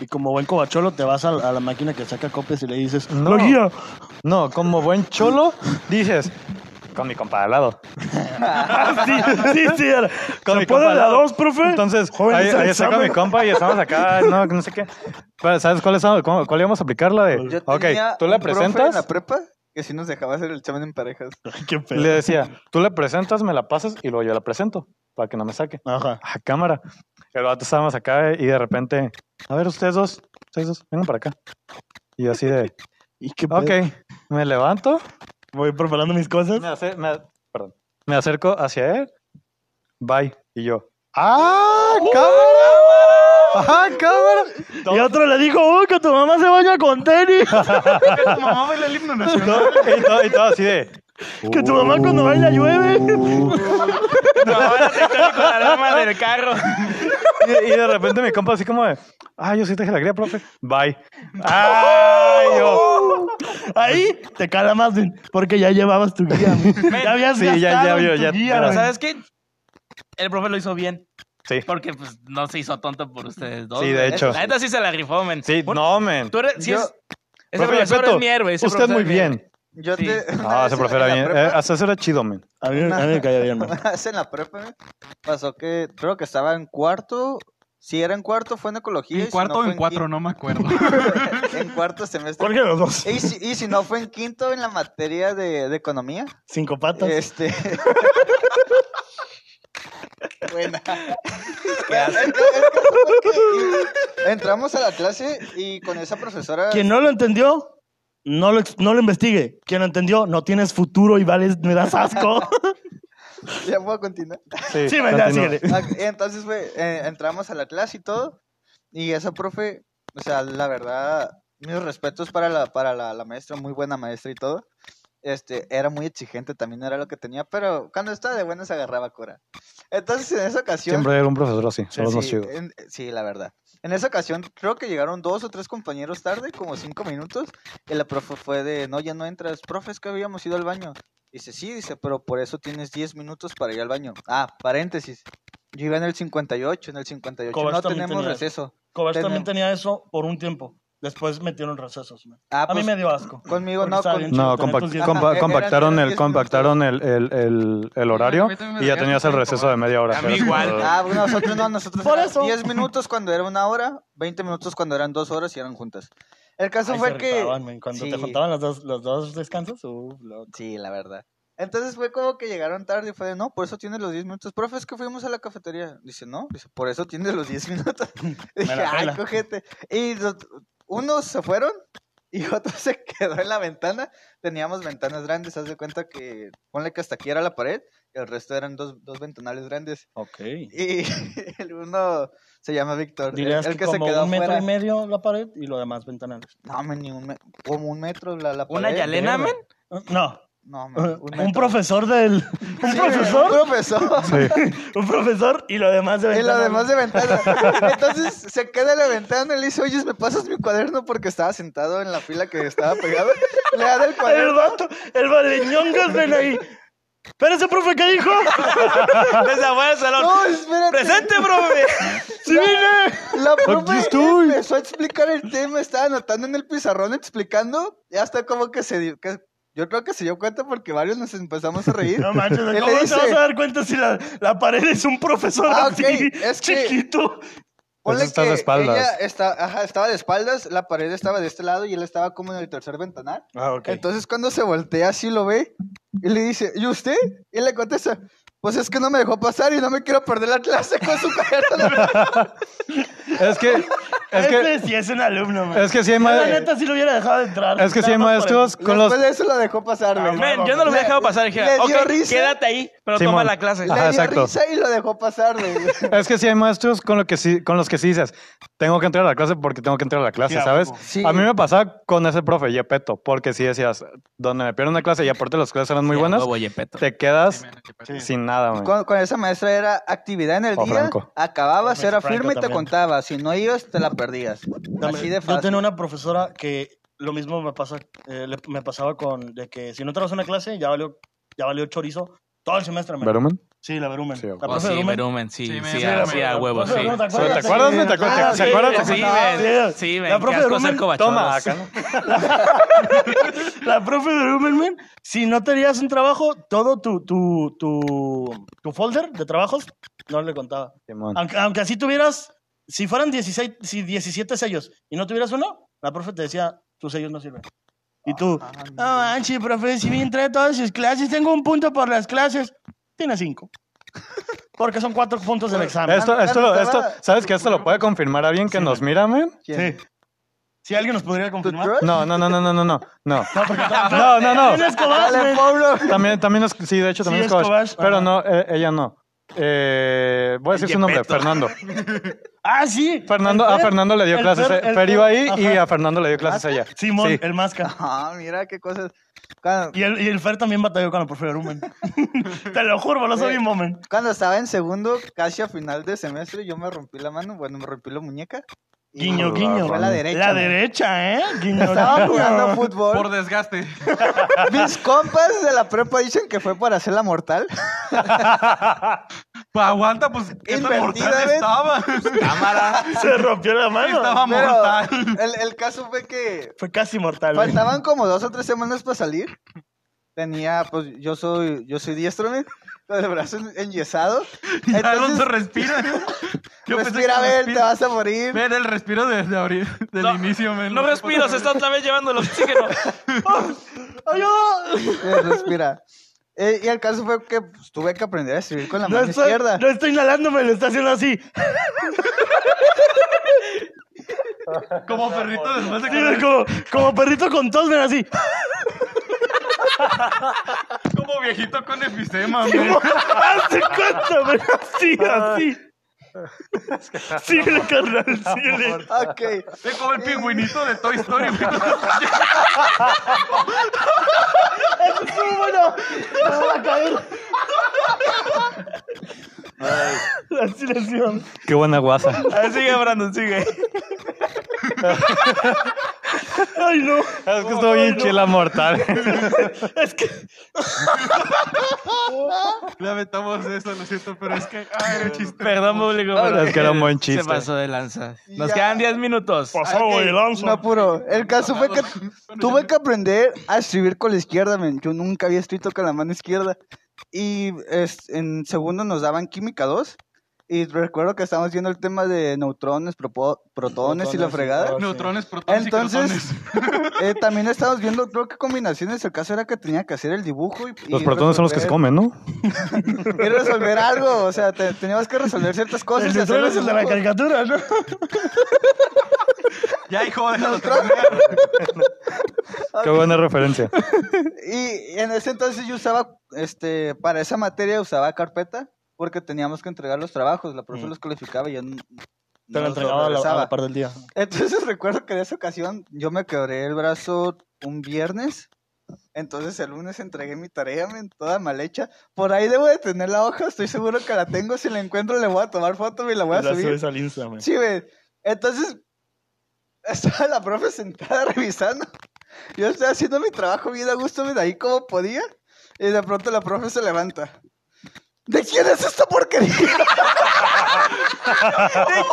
Y como buen cobacholo, te vas a, a la máquina que saca copias y le dices,
No.
no. ¡Lo guía!
No, como buen cholo, dices, con mi compa al lado.
Ah, sí, sí, sí. Era.
Con mi
¿Se puede
compa al
la
lado.
dos, profe?
Entonces,
Pues, Joven,
ahí,
es el
ahí está con mi
examen.
compa y estamos acá, no, no sé qué. Pero, ¿Sabes cuál, es, cómo- cuál íbamos a aplicar? La de,
Yo
ok,
tenía
tú la
un profe en la
presentas,
prepa que sí nos dejaba hacer el examen en parejas.
Ay, qué pedo.
le decía, tú la presentas, me la pasas y luego yo la presento para que no me saque.
Ajá.
A cámara. El vato estábamos acá eh, y de repente, a ver, ustedes dos, ustedes dos, vengan para acá. Y yo así de,
¿Y qué pedo?
ok, me levanto,
Voy preparando mis cosas.
me, ace- me- perdón, me acerco hacia él, bye. Y yo, ¡ah,
¡Oh!
cámara! ¡Ah, cámara!
Y otro le dijo, uy, que tu mamá se baña con tenis.
Que tu mamá baila el himno nacional.
No, y, todo, y todo así de.
que tu mamá
Uh.
cuando baila llueve.
No, ahora te estoy con la alarma del carro.
Y, y de repente mi compa así como de. Ah, yo sí te dejé la cría, profe. Bye. Ay, yo.
Ahí te cala más, men, porque ya llevabas tu guía. men.
Men,
ya habías
sí, ya- ya
gastado en
vio,
tu
ya-
guía,
pero
men.
¿Sabes qué? el profe lo hizo bien.
Sí.
Porque pues, no se hizo tonto por ustedes dos.
Sí,
güey.
de hecho.
La neta sí se la rifó, men.
Sí,
Un-
no, men.
Tú eres, sí
Yo-
es, ese
Profe,
profesor
respeto,
es mier, güey. ese
Usted muy
profesor es mier.
bien.
Yo
Sí.
te. una
Ah, ese
vez en-
profe
en
era
la
bien.
prepa-
eh, hasta eso era chido, men.
A mí, a mí me caía bien, man.
Una vez en la prepa, güey, pasó que creo que estaba en cuarto. Si era en cuarto, fue en ecología. y
En
si
cuarto
no
o
fue
en cuarto, no me acuerdo.
quinto- en cuarto semestre.
Cualquiera de los dos.
Y si, y si no fue en quinto, en la materia de, de economía.
Cinco patas.
Este. Buena.
Qué asco.
El caso fue que Entramos a la clase y con esa profesora.
Quien no lo entendió, no lo, ex- no lo investigue. Quien lo entendió, no tienes futuro y vales, me das asco.
Ya puedo continuar.
Sí,
sí, me da
continúa.
síguele.
Ah, Entonces, fue, eh, entramos a la clase y todo. Y esa profe, o sea, la verdad, mis respetos para la, para la, la maestra, muy buena maestra y todo. Este, era muy exigente, también era lo que tenía, pero cuando estaba de buenas agarraba cura. Entonces, en esa ocasión.
Siempre era un profesor así,
Sí,
son los más
sí,
chidos.
en- sí, la verdad. En esa ocasión creo que llegaron dos o tres compañeros tarde, como cinco minutos, y la profe fue de, no, ya no entras, profe, es que habíamos ido al baño. Dice, sí, dice, pero por eso tienes 10 minutos para ir al baño. Ah, paréntesis. Yo iba en el 58, en el 58
Cobas
no
también
tenemos
tenía.
receso.
Cobach también
Tenemos-
tenía eso por un tiempo. Después metieron recesos, man.
Ah,
A mí
pues,
me dio asco.
Conmigo
porque
no,
estaba
con-
bien
No,
chiquito,
compa-
entonces ya-
compa-
compa-
Ajá,
compactaron,
eran
el,
diez
compactaron el, el, el, el horario
mí también me
y ya
regañaron
tenías el
cinco
receso
horas.
de media hora.
A mí
Era como-
igual.
Ah, bueno, nosotros no, nosotros
Por
eran
eso.
10 minutos cuando era una hora, 20 minutos cuando eran dos horas y eran juntas. El caso
Ay, se
fue que...
rifaban, man. Cuando
sí.
te juntaban los dos, los dos descansos, uh, uf, loco.
Sí, la verdad. Entonces fue como que llegaron tarde y fue de, no, por eso tienes los 10 minutos. Profe, es que fuimos a la cafetería. Dice, no, dice, por eso tienes los 10 minutos. Dije,
la
ay,
pela".
cojete. Y los- unos se fueron y otro se quedó en la ventana. Teníamos ventanas grandes, haz de cuenta que, ponle que hasta aquí era la pared, y el resto eran dos, dos ventanales grandes.
Ok.
Y el uno se llama Víctor, el,
Dirías
el
que,
que se
como
quedó
un metro
afuera.
y medio la pared y lo demás ventanales.
No, men, ni un metro, como un metro la, la
¿Una
pared.
Yalena,
verga.
men?
No,
No, men, Ah, un,
un,
metro.
profesor del... ¿Un
Sí,
profesor?
Un profesor.
Sí,
Un profesor y lo demás de
Y lo
ventanas.
demás de ventana. Entonces se queda en la ventana y le dice, oye, ¿me pasas mi cuaderno? Porque estaba sentado en la fila que estaba pegado. Le da el
El
cuaderno.
vato, el baleñongas, ven ahí. Espérese, profe, ¿qué dijo?
Desde afuera del salón.
No, espérate.
¡Presente, profe!
¡Sí vine!
La profe
Aquí estoy.
empezó a explicar el tema, estaba anotando en el pizarrón, explicando. Y hasta como que se dio, que- yo creo que se dio cuenta porque varios nos empezamos a reír.
No manches,
Él le
¿cómo te
dice-
vas a dar cuenta si la, la pared es un profesor
Ah, ok,
así,
es que-
chiquito?
Ponle
estás Pues de
que
espaldas.
Ella está, ajá, estaba de espaldas, la pared estaba de este lado y él estaba como en el tercer ventanal.
Ah, ok.
Entonces cuando se voltea así lo ve y le dice, ¿y usted? Y le contesta, pues es que no me dejó pasar y no me quiero perder la clase con su carta.
es que, es que,
Ese sí es un alumno, man.
es que sí hay
Yo, la
maestros,
neta sí lo hubiera dejado de entrar.
es que sí hay
Nada más por
maestros con los,
Después de eso lo dejó pasar, güey.
Men, yo no lo hubiera
Le-
dejado pasar. Dije,
le dio
ok,
risa".
quédate ahí, pero toma
Simón.
la clase. Ah,
Le
Ajá,
dio
exacto.
risa y lo dejó pasar, güey.
es que sí hay maestros con, lo que sí, con los que sí dices, tengo que entrar a la clase porque tengo que entrar a la clase,
Sí, a
¿sabes?
huevo.
Sí.
A mí me pasaba con ese profe, Yepeto, porque sí decías, donde me pierdo una clase y aparte las clases eran muy buenas, te quedas sin nada, man.
Con, con esa maestra era actividad en el
O
día,
Franco.
acababas,
Con
era
Franco
firme y te
también.
contaba. Si no ibas, te la perdías.
Dame,
Así de
Yo
fácil.
tenía una profesora que lo mismo me pasa, eh, le- me pasaba con de que si no entrabas a una clase ya valió, ya valió chorizo todo el semestre. man.
¿Verumen?
Sí, la verumen.
Sí,
la
ok.
Oh,
profe
sí,
verumen.
Verumen, sí,
Sí, me-
sí,
sí,
a-
me-
sí, a huevo, sí.
¿Te
¿Te acuerdas?
acuerdas?
¿Te acuerdas?
Sí, Ah,
¿Te acuerdas?
sí,
¿Te acuerdas?
sí,
Sí,
sí,
ven,
sí.
sí, ven,
La
qué
profe
asco
Verumen-
ser covacholos.
Toma, acá, ¿no?
La profe de Lumen, men, si no tenías un trabajo, todo tu, tu, tu, tu folder de trabajos no le contaba.
Simón.
Aunque, aunque así tuvieras, si fueran 16, si 17 sellos y no tuvieras uno, la profe te decía, tus sellos no sirven. Y tú, Ah, no manches, profe, si bien entré a todas sus clases, tengo un punto por las clases. Tiene cinco. Porque son cuatro puntos del examen.
Esto,
Cuando
esto, lo- esto,
estaba-
¿sabes que esto lo puede confirmar alguien que nos mira, men?
¿Quién?
Sí. Si alguien nos podría
¿Tu
confirmar.
crush?
No, no, no, no, no, no, no, no.
porque
No, no, no.
También es Cobas,
Dale,
men.
Pablo.
También, también es, sí, de hecho también
Sí,
es
es
Cobach,
Cobach,
Pero
ajá.
no, eh, ella no. Eh, voy a decir su nombre,
Yepeto.
Fernando.
Ah, sí.
Fernando,
El
a
Fer-
Fernando le dio
el
clases.
Fer-
eh,
el
Fer iba ahí y
ajá.
a Fernando le dio clases ella.
Simón,
Sí.
el máscara.
Ah, mira qué cosas. Cuando-
Y el, y el Fer también batalló con la profe Verumen. Te lo juro, lo sabía, moment.
Cuando estaba en segundo, casi a final de semestre, yo me rompí la mano, bueno, me rompí la muñeca. Y
Guiño, guiño.
Fue la derecha.
La
güey.
derecha, ¿eh? Guiño,
Estaba
guiño.
jugando fútbol.
Por desgaste.
Mis compas de la prepa dicen que fue por hacerla mortal.
Pues aguanta, pues qué tan
Invertida,
mortal
¿ves?
estaba.
Cámara.
Se rompió la mano.
estaba Ah, mortal.
Pero el, el caso fue que
Fue casi mortal. güey.
faltaban como dos o tres semanas para salir. Tenía, pues yo soy, yo soy diestro, men, con el brazo en- enyesado.
Ya
Entonces,
Alonso respira. Yo pensé
respira,
que
ven, te
respira.
vas a morir.
Ven, el respiro desde abril, del
No,
inicio, men.
No respiro, se está otra vez llevando el oxígeno.
Eh, respira. Eh, y el caso fue que pues, tuve que aprender a escribir con la
No
mano
estoy,
izquierda.
no estoy inhalándome, lo está haciendo así.
Como perrito después de
Sí, güey,
que...
como, como perrito con tos, ven así.
Como viejito con efisema, men.
¿Hace cuánto? Ven así, así. Síguele, carnal, síguele.
Ok.
Es como el pingüinito de Toy Story, güey.
Sí, bueno.
Así le hacían.
Qué buena guasa.
A ver, sigue, Brandon, sigue.
Ay, no.
Es que estoy bien chila mortal.
Es que
Lamentamos eso, lo siento, pero es que... Ay, el chiste.
Perdón, público.
Ahora
pero
es que era un buen chiste.
Se pasó de lanza. Nos
Ya.
quedan 10 minutos.
pasó, güey,
Ok,
lanza.
Me apuro. El caso fue que tuve que aprender a escribir con la izquierda, men. Yo nunca había escrito con la mano izquierda. Y es- en segundo nos daban química 2. Y recuerdo que estábamos viendo el tema de neutrones, propo- protones y la
Protones y
fregada.
todo.
Neutrones,
Ah,
protones
Entonces,
y
eh, también estábamos viendo, creo que combinaciones. El caso era que tenía que hacer el dibujo. Y,
Los
y
protones son los que se
resolver-
comen, ¿no?
Y resolver algo. O sea, te- teníamos que resolver ciertas cosas.
el
y
neutrón
hacer los
es el de la
dibujos.
caricatura, ¿no?
crotones. Ya, hijo, déjalo
Neutrones.
terminar.
Qué buena referencia.
Y en ese entonces yo usaba, este, para esa materia usaba carpeta, porque teníamos que entregar los trabajos, la profe
Mm.
los calificaba y yo n-
Te
no
lo
los
entregaba a la, a
regresaba.
la par del día.
Entonces recuerdo que en esa ocasión yo me quebré el brazo un viernes, entonces el lunes entregué mi tarea, men, toda mal hecha. Por ahí debo de tener la hoja, estoy seguro que la tengo, si la encuentro le voy a tomar foto y la voy a
La
subir.
subes al Instagram.
Sí, güey. Entonces, estaba la profe sentada revisando. Yo estaba haciendo mi trabajo bien a gusto, güey, de ahí como podía. Y de pronto la profe se levanta. ¿De quién es esta porquería?
¿De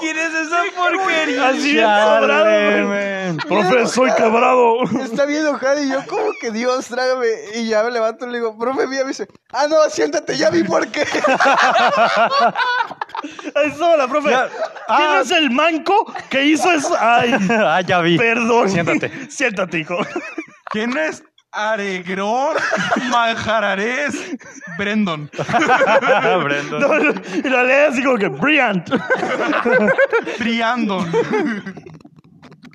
quién es esa porquería?
Así bien sobrado,
Chale,
güey.
men.
Profe, soy quebrado.
Está bien enojada y yo como que Dios, trágame. Y ya me levanto y le digo, profe, mía, me dice, ah, no, siéntate, ya vi por qué.
Ahí estaba la profe. ¿Quién es el manco que hizo eso? Ay,
Ah, ya vi.
perdón.
Siéntate.
Siéntate, hijo.
¿Quién es Aregrón Manjararés Brendon?
Brendo.
No, no, y la lees así como que Brilliant.
Briandon.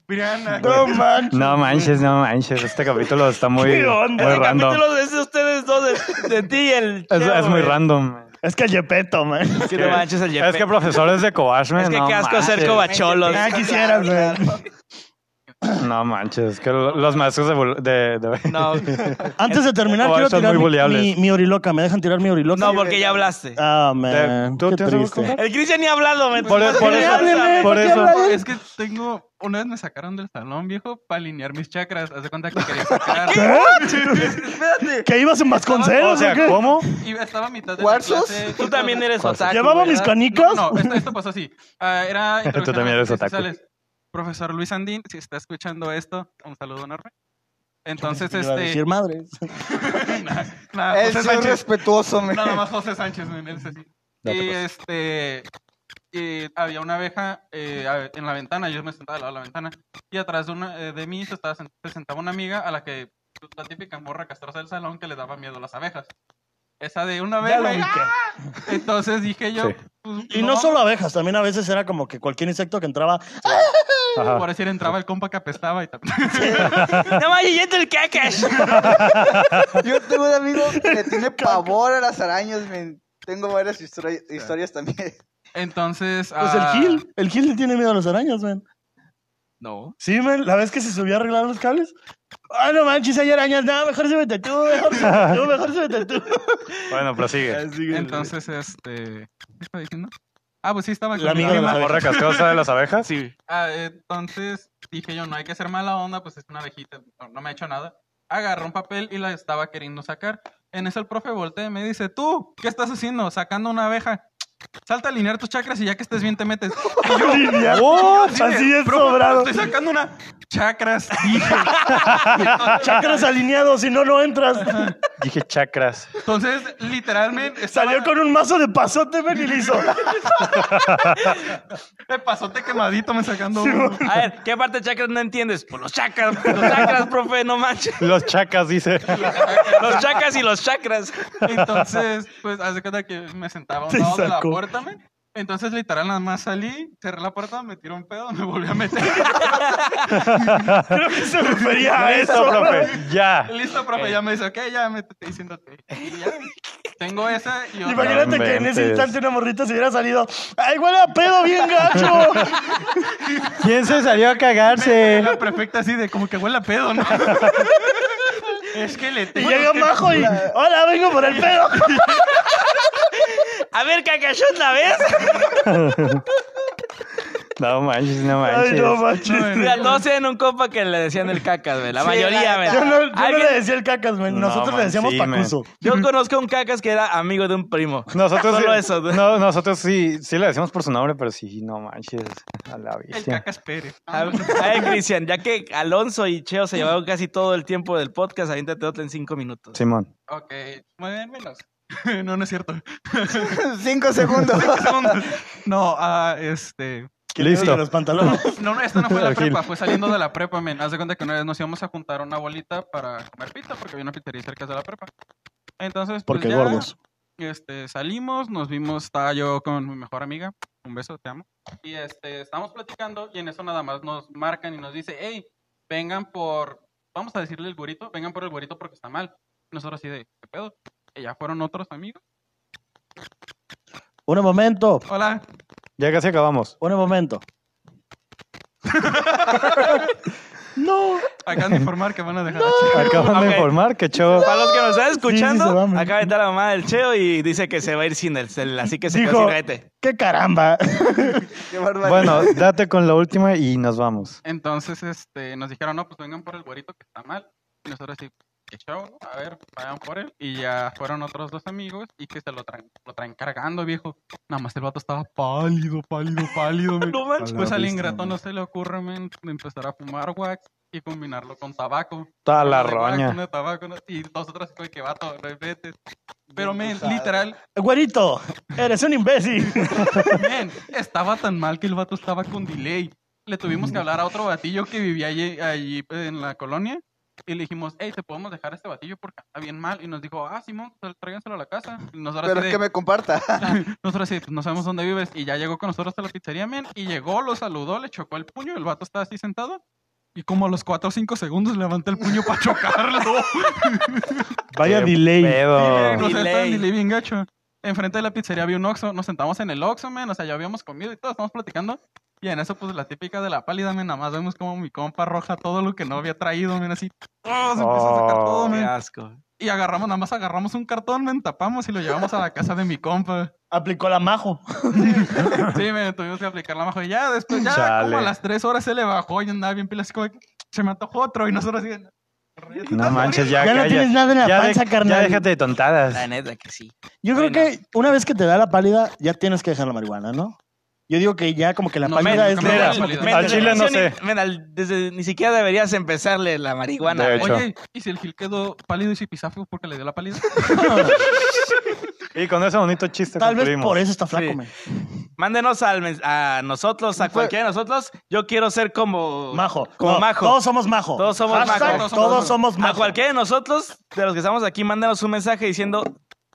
Brianna.
No manches.
No manches, no manches. Este capítulo está muy,
¿Qué onda?
muy
El
random.
Este capítulo es de ustedes dos, de, de ti y el.
Es,
Cheo,
es muy
güey.
random. man.
Es que el Yepeto, man.
Que no manches el
Es que profesores de Cobach, man,
Es que
no
qué asco ser
manches.
cobacholos.
Ah, quisieras, man.
No manches, que lo- los maestros de... bul- de- de-
No, pues
Antes de terminar,
Como
quiero
son Oh,
tirar
muy
mi,
buleables.
mi- mi oriloca. ¿Me dejan tirar mi oriloca?
no, porque ya hablaste.
Ah,
Eh,
man.
¿tú
Qué
tienes algo que
triste.
El Cristian ni ha hablado, men.
Por, e-, por
que
eso,
hábleme,
por
¿por qué
eso,
habla?
Es que tengo. Una vez me sacaron del salón, viejo, para alinear mis chakras. Haz de cuenta que quería sacar.
Espérate.
¿Que ibas en Vasconcelos
o sea,
o qué?
¿cómo?
Y estaba a mitad de la
¿Cuarzos?
clase.
Tú también eres otaku.
¿Llevaba mis
¿verdad?
canicas?
No, no, esto, esto pasó así. Ah, era. introducción
Tú también
a las
eres
artes
otaku.
visuales. Profesor Luis Andín, si está escuchando esto, un saludo enorme. Entonces,
Iba a decir
este.
madres.
nada,
Es
José
soy
Sánchez.
respetuoso, men.
Nada más José Sánchez, men, él es así.
No te
y
pases.
este. y había una abeja eh, a- en la ventana, yo me sentaba al lado de la ventana. Y atrás de, una- eh, de mí se, estaba sen- se sentaba una amiga a la que. pues, La típica morra castrosa del salón que le daba miedo a las abejas. Esa de una
Ya lo
abeja. y-
ubiqué.
Entonces dije yo.
Sí.
pues,
Y no
vamos
solo abejas, también a veces era como que cualquier insecto que entraba.
Ajá.
Por decir, entraba el compa que apestaba y tal.
No manches, ya entra el cacas.
Yo tengo un amigo que le tiene pavor a las arañas, men. Tengo varias histori- historias también.
Entonces.
Pues
ah,
el Gil. El Gil le tiene miedo a las arañas, man.
No.
Sí, man. La vez que se subió a arreglar los cables. Ah, no manches, hay arañas. No, mejor súbete tú, mejor súbete tú, mejor súbete tú.
Bueno, prosigue.
Entonces, este. ¿Qué estaba diciendo? Ah, pues sí, estaba con
La amiga de las
¿La morra castrosa de las abejas?
Sí.
Ah, entonces dije yo, no hay que ser mala onda, pues es una abejita, no, no me ha hecho nada. Agarró un papel y la estaba queriendo sacar. En eso el profe voltea y me dice, tú, ¿qué estás haciendo? Sacando una abeja. Salta a alinear tus chakras y ya que estés bien te metes.
¡Oh!
Así de,
Así es
"Profe,
sobrado.
Estoy sacando una chakras, dije.
Chakras alineados, si no, no entras.
Dije chakras.
Entonces, literalmente, estaba-
Salió con un mazo de pasote, ven y le hizo.
me pasote quemadito me sacando.
A ver, ¿qué parte de chakras no entiendes? Pues los chakras, los chakras, profe, no manches.
Los chacas, dice.
Los chakras y los chakras.
Entonces, pues, hace cuenta que me sentaba a un
Te
lado de la
sacó.
puerta, men. Entonces, literal, nada más salí, cerré la puerta, me tiró un pedo, me volví a meter.
Creo que se refería a
Eso,
eso.
profe. Ya.
Listo, profe, ya me dice, ok, ya métete y siéntate. Y ya, tengo esa y otra.
Imagínate
No
que en ese
inventes.
instante una morrita se hubiera salido. ¡Ay, huele a pedo bien gacho!
¿Quién se salió a
Me-
cagarse?
La perfecta así de como que huele a pedo, ¿no? es que le
Y
tengo...
llega Majo y. ¡Hola, vengo por el pedo!
A ver, Kakashot, ¿la ves?
No manches, no
Ay, no
manches.
manches.
No,
Mira,
no.
todos tienen un compa que le decían el cacas, güey. La
Sí,
mayoría,
la-
güey.
Yo no, yo no
Alguien-
le decía el cacas, men.
No,
Nosotros le
man,
decíamos
sí, man.
pacuso.
Yo conozco un cacas que era amigo de un primo.
Nosotros
Solo
sí,
eso, güey.
no, nosotros sí, sí le decimos por su nombre, pero sí, no manches. A la
El
bestia.
cacas Pérez.
A, a ver, Cristian, ya que Alonso y Cheo se llevaron casi todo el tiempo del podcast, aviéntate otra en cinco minutos.
Simón.
Ok, bueno, menos. no, no es cierto.
Cinco segundos.
Segundos. No, ah, este...
Listo.
Los pantalones.
No, no, esta no fue la
Al fin.
prepa, fue saliendo de la prepa, men. Haz de cuenta que una vez nos íbamos a juntar a una bolita para comer pizza, porque había una pizzería cerca de la prepa. Entonces, pues
Porque
ya,
gordos.
Este, salimos, nos vimos, estaba yo con mi mejor amiga. Un beso, te amo. Y este, estábamos platicando y en eso nada más nos marcan y nos dice, hey, vengan por, vamos a decirle el güerito, vengan por el güerito porque está mal. Nosotros así de, ¿qué pedo? Y ya fueron otros amigos.
Un momento,
Hola.
Ya casi acabamos.
un momento. no.
Acaban de informar que van a dejar a Cheo.
Acaban
Ok.
de informar que Cheo.
Para los que nos están escuchando,
Sí, sí, se va, man.
acaba de entrar la mamá del Cheo y dice que se va a ir sin el cel, así que se
Dijo-
quedó sin rete.
¡Qué caramba!
Qué barbaridad.
Bueno, date con la última y nos vamos.
Entonces, este, nos dijeron, no, pues vengan por el güerito que está mal. Y nosotros así, qué show, ¿no? a ver, vayan por él. Y ya fueron otros dos amigos y que se lo traen, lo traen cargando, viejo. Nada más el vato estaba pálido, pálido, pálido. men.
No manches.
pues al ingrato no se le ocurre, men, empezar a fumar wax y combinarlo con tabaco.
Toda la
Uno de wax, uno
roña.
de tabaco, ¿no? Y nosotros así, como que vato, no inventes. Pero, men,
usado.
literal,
Güerito, eres un imbécil.
Men, estaba tan mal que el vato estaba con delay. Le tuvimos que hablar a otro batillo que vivía allí, allí en la colonia. Y le dijimos, hey, te podemos dejar este batillo porque está bien mal. Y nos dijo, ah, Simón, tra- tráiganselo a la casa. Y nosotros,
Pero
así
es
de-
que me comparta.
nosotros así, pues no sabemos dónde vives. Y ya llegó con nosotros a la pizzería, men. Y llegó, lo saludó, le chocó el puño. El vato estaba así sentado. Y como a los 4 o 5 segundos levanta el puño para chocarlo.
Vaya
Qué
delay.
Sí,
Pedo.
nos sentaron
Delay.
y le bien gacho. Enfrente de la pizzería había un Oxxo, nos sentamos en el Oxxo, men, o sea, ya habíamos comido y todo, estamos platicando. Y en eso, pues, la típica de la pálida, men, nada más vemos como mi compa roja todo lo que no había traído, men, así, todo, se empieza a sacar
Oh,
todo,
Qué
men.
asco.
Y agarramos, nada más agarramos un cartón, men, tapamos y lo llevamos a la casa de mi compa.
Aplicó la majo.
Sí, men, tuvimos que aplicar la majo. Y ya después, ya
Chale.
como a las tres horas se le bajó y andaba bien pilas, así como, que, se me antojó otro. Y nosotros así,
No manches, ya.
Ya no
calla.
tienes nada en la
Ya de-
panza, carnal.
Ya déjate de
La
tontadas.
neta que sí.
Yo creo
Bueno.
que una vez que te da la pálida, ya tienes que dejar la marihuana, ¿no? Yo digo que ya como que la
No,
pálida
men,
es...
no,
de-
mira,
es-
al
desde
chile no
ni-
sé.
men, al- desde- ni siquiera deberías empezarle la marihuana.
De
güey.
hecho.
oye, ¿y si el Gil quedó pálido y si pisafio porque le dio la pálida?
Y con ese bonito chiste
Tal vez
concluimos.
por eso está flaco,
Sí.
men.
Mándenos al mens- a nosotros, a
Fue-
cualquiera de nosotros. Yo quiero ser como.
Majo.
Como
No,
majo.
Todos somos majo.
Todos somos
Hashtag
majo.
Todos somos
a
majo.
Pues, cualquiera de nosotros, de los que estamos aquí, mándenos un mensaje diciendo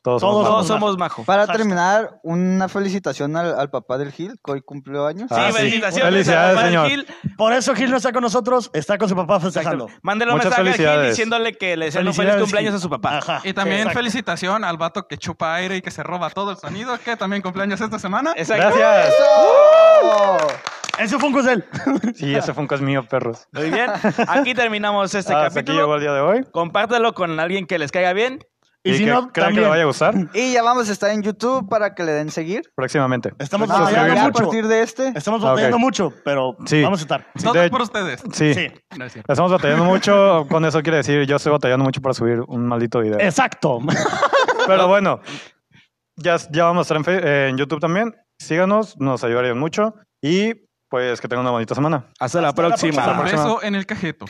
Todos,
Todos
somos malos.
todos somos majo.
Para
Hashtag.
terminar, una felicitación al, al papá del Gil, que hoy cumplió años.
Ah,
sí,
sí.
felicitaciones.
Felicidades,
a Rafael
señor.
Gil.
Por eso Gil no está con nosotros, está con su papá festejando.
Mándele un
Muchas
mensaje a Gil
felicidades.
diciéndole que le desean un feliz
Felicidades,
cumpleaños
Gil.
a su papá.
Ajá.
Y también
Exacto.
felicitación al vato que chupa aire y que se roba todo el sonido, que también cumpleaños esta semana.
Exacto.
Gracias.
¡Eso!
Ese fue un cosel.
Sí, ese fue un cosmillo, perros.
Muy bien. Aquí terminamos este
Ah, Hasta aquí llegó
capítulo.
el día de hoy.
Compártelo con alguien que les caiga bien.
Y si
que crean
no,
que le
también.
vaya a gustar
Y ya vamos a estar en YouTube para que le den seguir.
próximamente.
Estamos
Ah, ya,
batallando
ya a
mucho.
partir de este.
Estamos
Ah, ok.
batallando mucho, pero
Sí.
vamos a estar.
Sí,
Todo
de-
es por ustedes.
sí.
Sí.
No es cierto.
Estamos batallando mucho. Con eso quiere decir, yo estoy batallando mucho para subir un maldito video.
Exacto.
Pero bueno, ya, ya vamos a estar en, Fe- en YouTube también. Síganos, nos ayudarían mucho. Y pues que tengan una bonita semana.
Hasta la
Hasta la
próxima.
próxima.
Beso en el cajeto.